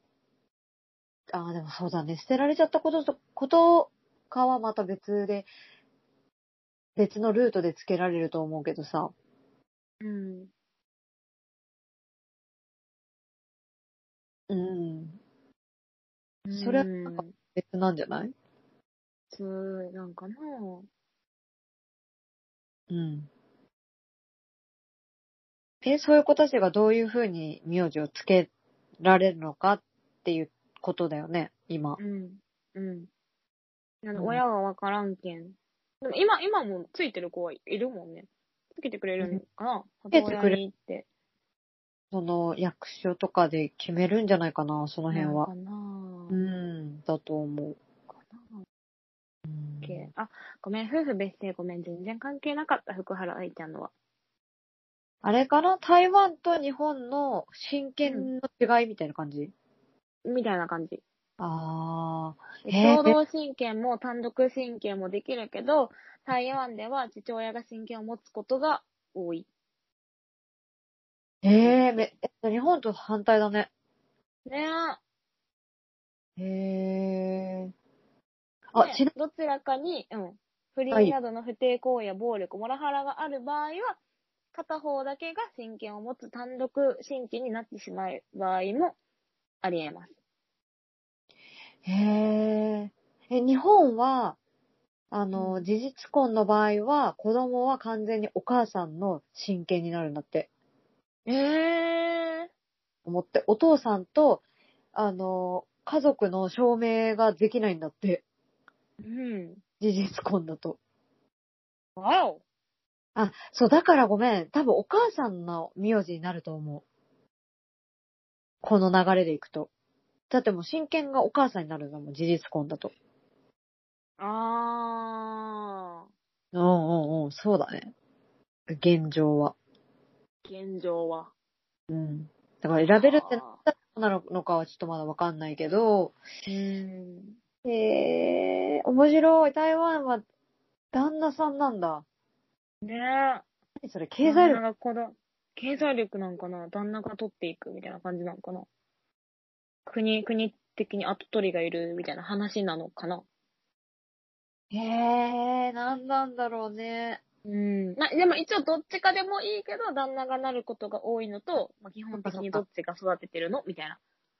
S3: あー、でもそうだね。捨てられちゃったことと、ことかはまた別で別のルートでつけられると思うけどさ、
S2: うん。
S3: うん、それはなんか別なんじゃない
S2: そう、なんかなぁ。
S3: うん。え、そういう子たちがどういうふうに名字をつけられるのかっていうことだよね、今
S2: う。ん。うん。あ
S3: う
S2: の、
S3: ん
S2: 親はわからんけん。でも今、今もついてる子はいるもんね。つけてくれるのかな
S3: ん
S2: 里親に行って。
S3: その役所とかで決めるんじゃないかな、その辺は
S2: な。んかなぁ。
S3: うん、だと思う。
S2: かなぁ
S3: うん
S2: 系あ、ごめん、夫婦別姓ごめん、全然関係なかった、福原愛ちゃんのは。
S3: あれかな台湾と日本の親権の違いみたいな感じ、
S2: みたいな感じ。
S3: あへー
S2: 共同親権も単独親権もできるけど、台湾では父親が親権を持つことが多い。
S3: ー。えー、めえっと日本と反対だね。
S2: ねえ。
S3: へえ。あ、
S2: ね
S3: ちな
S2: どちらかに、うん。不
S3: はい
S2: 倫などの不抵行為や暴力、モラハラがある場合は、片方だけが親権を持つ単独親権になってしまう場合もあり得ます。
S3: へえ。え、日本は、あの、事実婚の場合は、子供は完全にお母さんの親権になるんだって
S2: ええ
S3: 思って、お父さんと、あの、家族の証明ができないんだって、
S2: うん。
S3: 事実婚だと。
S2: わお
S3: あ、そう、だからごめん。多分お母さんの名字になると思う。この流れでいくと。だってもう親権がお母さんになるんだもん、事実婚だと。
S2: あ
S3: うんうんうん、そうだね。現状は。
S2: ー、現状は。
S3: うん。だから選べるって
S2: あ
S3: どうなのかはちょっとまだわかんないけど。
S2: ーうん。
S3: えー、面白い。台湾は旦那さんなんだ。
S2: ねえ。
S3: 何それ、経済力。
S2: 旦那がこだ経済力なんかな旦那が取っていくみたいな感じなんかな国、国的に後取りがいるみたいな話なのかな
S3: えー、なんなんだろうね。
S2: うん。な、でも一応どっちかでもいいけど、旦那がなることが多いのと、まあ、基本的にどっちが育ててるのみたいな。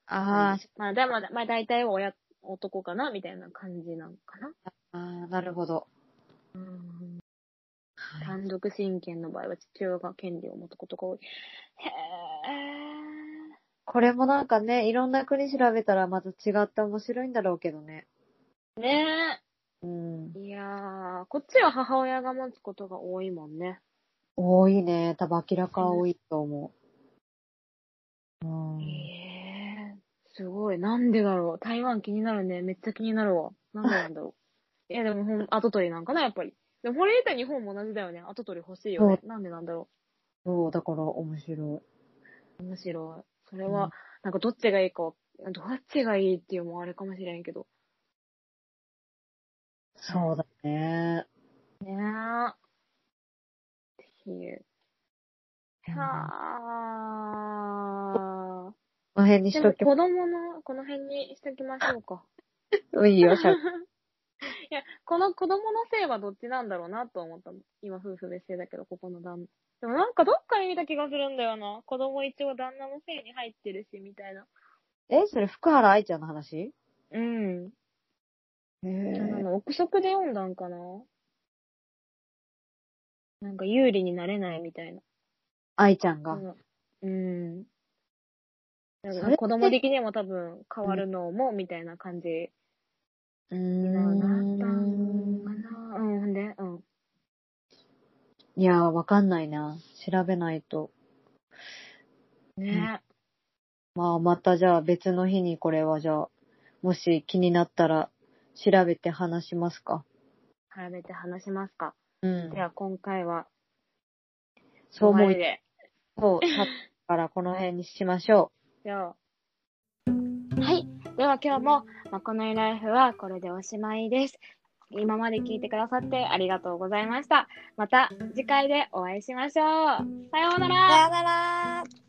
S3: あー、
S2: まあ、だまあ、まあ、大体は親、男かなみたいな感じなのかな
S3: あーなるほど。
S2: うん。単独親権の場合は父親が権利を持つことが多い。へえ。
S3: これもなんかね、いろんな国調べたらまた違って面白いんだろうけどね。
S2: ー。ね
S3: う
S2: え。
S3: ん。
S2: いやー、こっちは母親が持つことが多いもんね。
S3: 多いね。多分明らか多いと思う。うん。
S2: えー、すごい。なんでだろう。台湾気になるね。めっちゃ気になるわ。なんでなんだろ う。いや、でもほん、後取りなんかな、やっぱり。でも、これ言ったら日本も同じだよね。後取り欲しいよね。なんでなんだろ
S3: そう、だから面白
S2: う。むしろ、それ
S3: うん
S2: は、なんかどっちがいいか、どっちがいいっていうのもあれかもしれんけど。
S3: い。そうだね。
S2: ねー。っていう。はー。
S3: この辺に
S2: で
S3: し
S2: も
S3: ときま
S2: 子供の、この辺にしときましょうか。
S3: す。いいよ、しゃべ
S2: いや、この子供の性はどっちなんだろうなと思ったの。今、夫婦別姓だけど、ここの旦那。でもなんかどっかで見た気がするんだよな。子供一応旦那の性に入ってるし、みたいな。
S3: え、それ福原愛ちゃんの話
S2: うん。
S3: へ
S2: なんか憶測で読んだんかな。なんか有利になれないみたいな。
S3: 愛ちゃんが。
S2: うん。だ
S3: それ
S2: か
S3: っ
S2: ら
S3: て
S2: 子供的にも多分変わるのも、みたいな感じ
S3: う
S2: になったんか
S3: ん。
S2: な。うん、ほんで、うん。
S3: いやー、わかんないな。調べないと。
S2: ね
S3: まあ、またじゃあ別の日にこれはじゃあ、もし気になったら調べて話しますか。
S2: 絡めて話しますか。
S3: うん
S2: で。は今回は、
S3: そう
S2: ここ
S3: 思
S2: ま
S3: い、
S2: で
S3: そう、さっきからこの辺にしましょ
S2: で。じゃあ。はい。では今日も、まこのいライフはこれでおしまいです。今まで聞いてくださってありがとうございました。また次回でお会いしましょう。さような
S3: う。よ
S2: ら。
S3: なら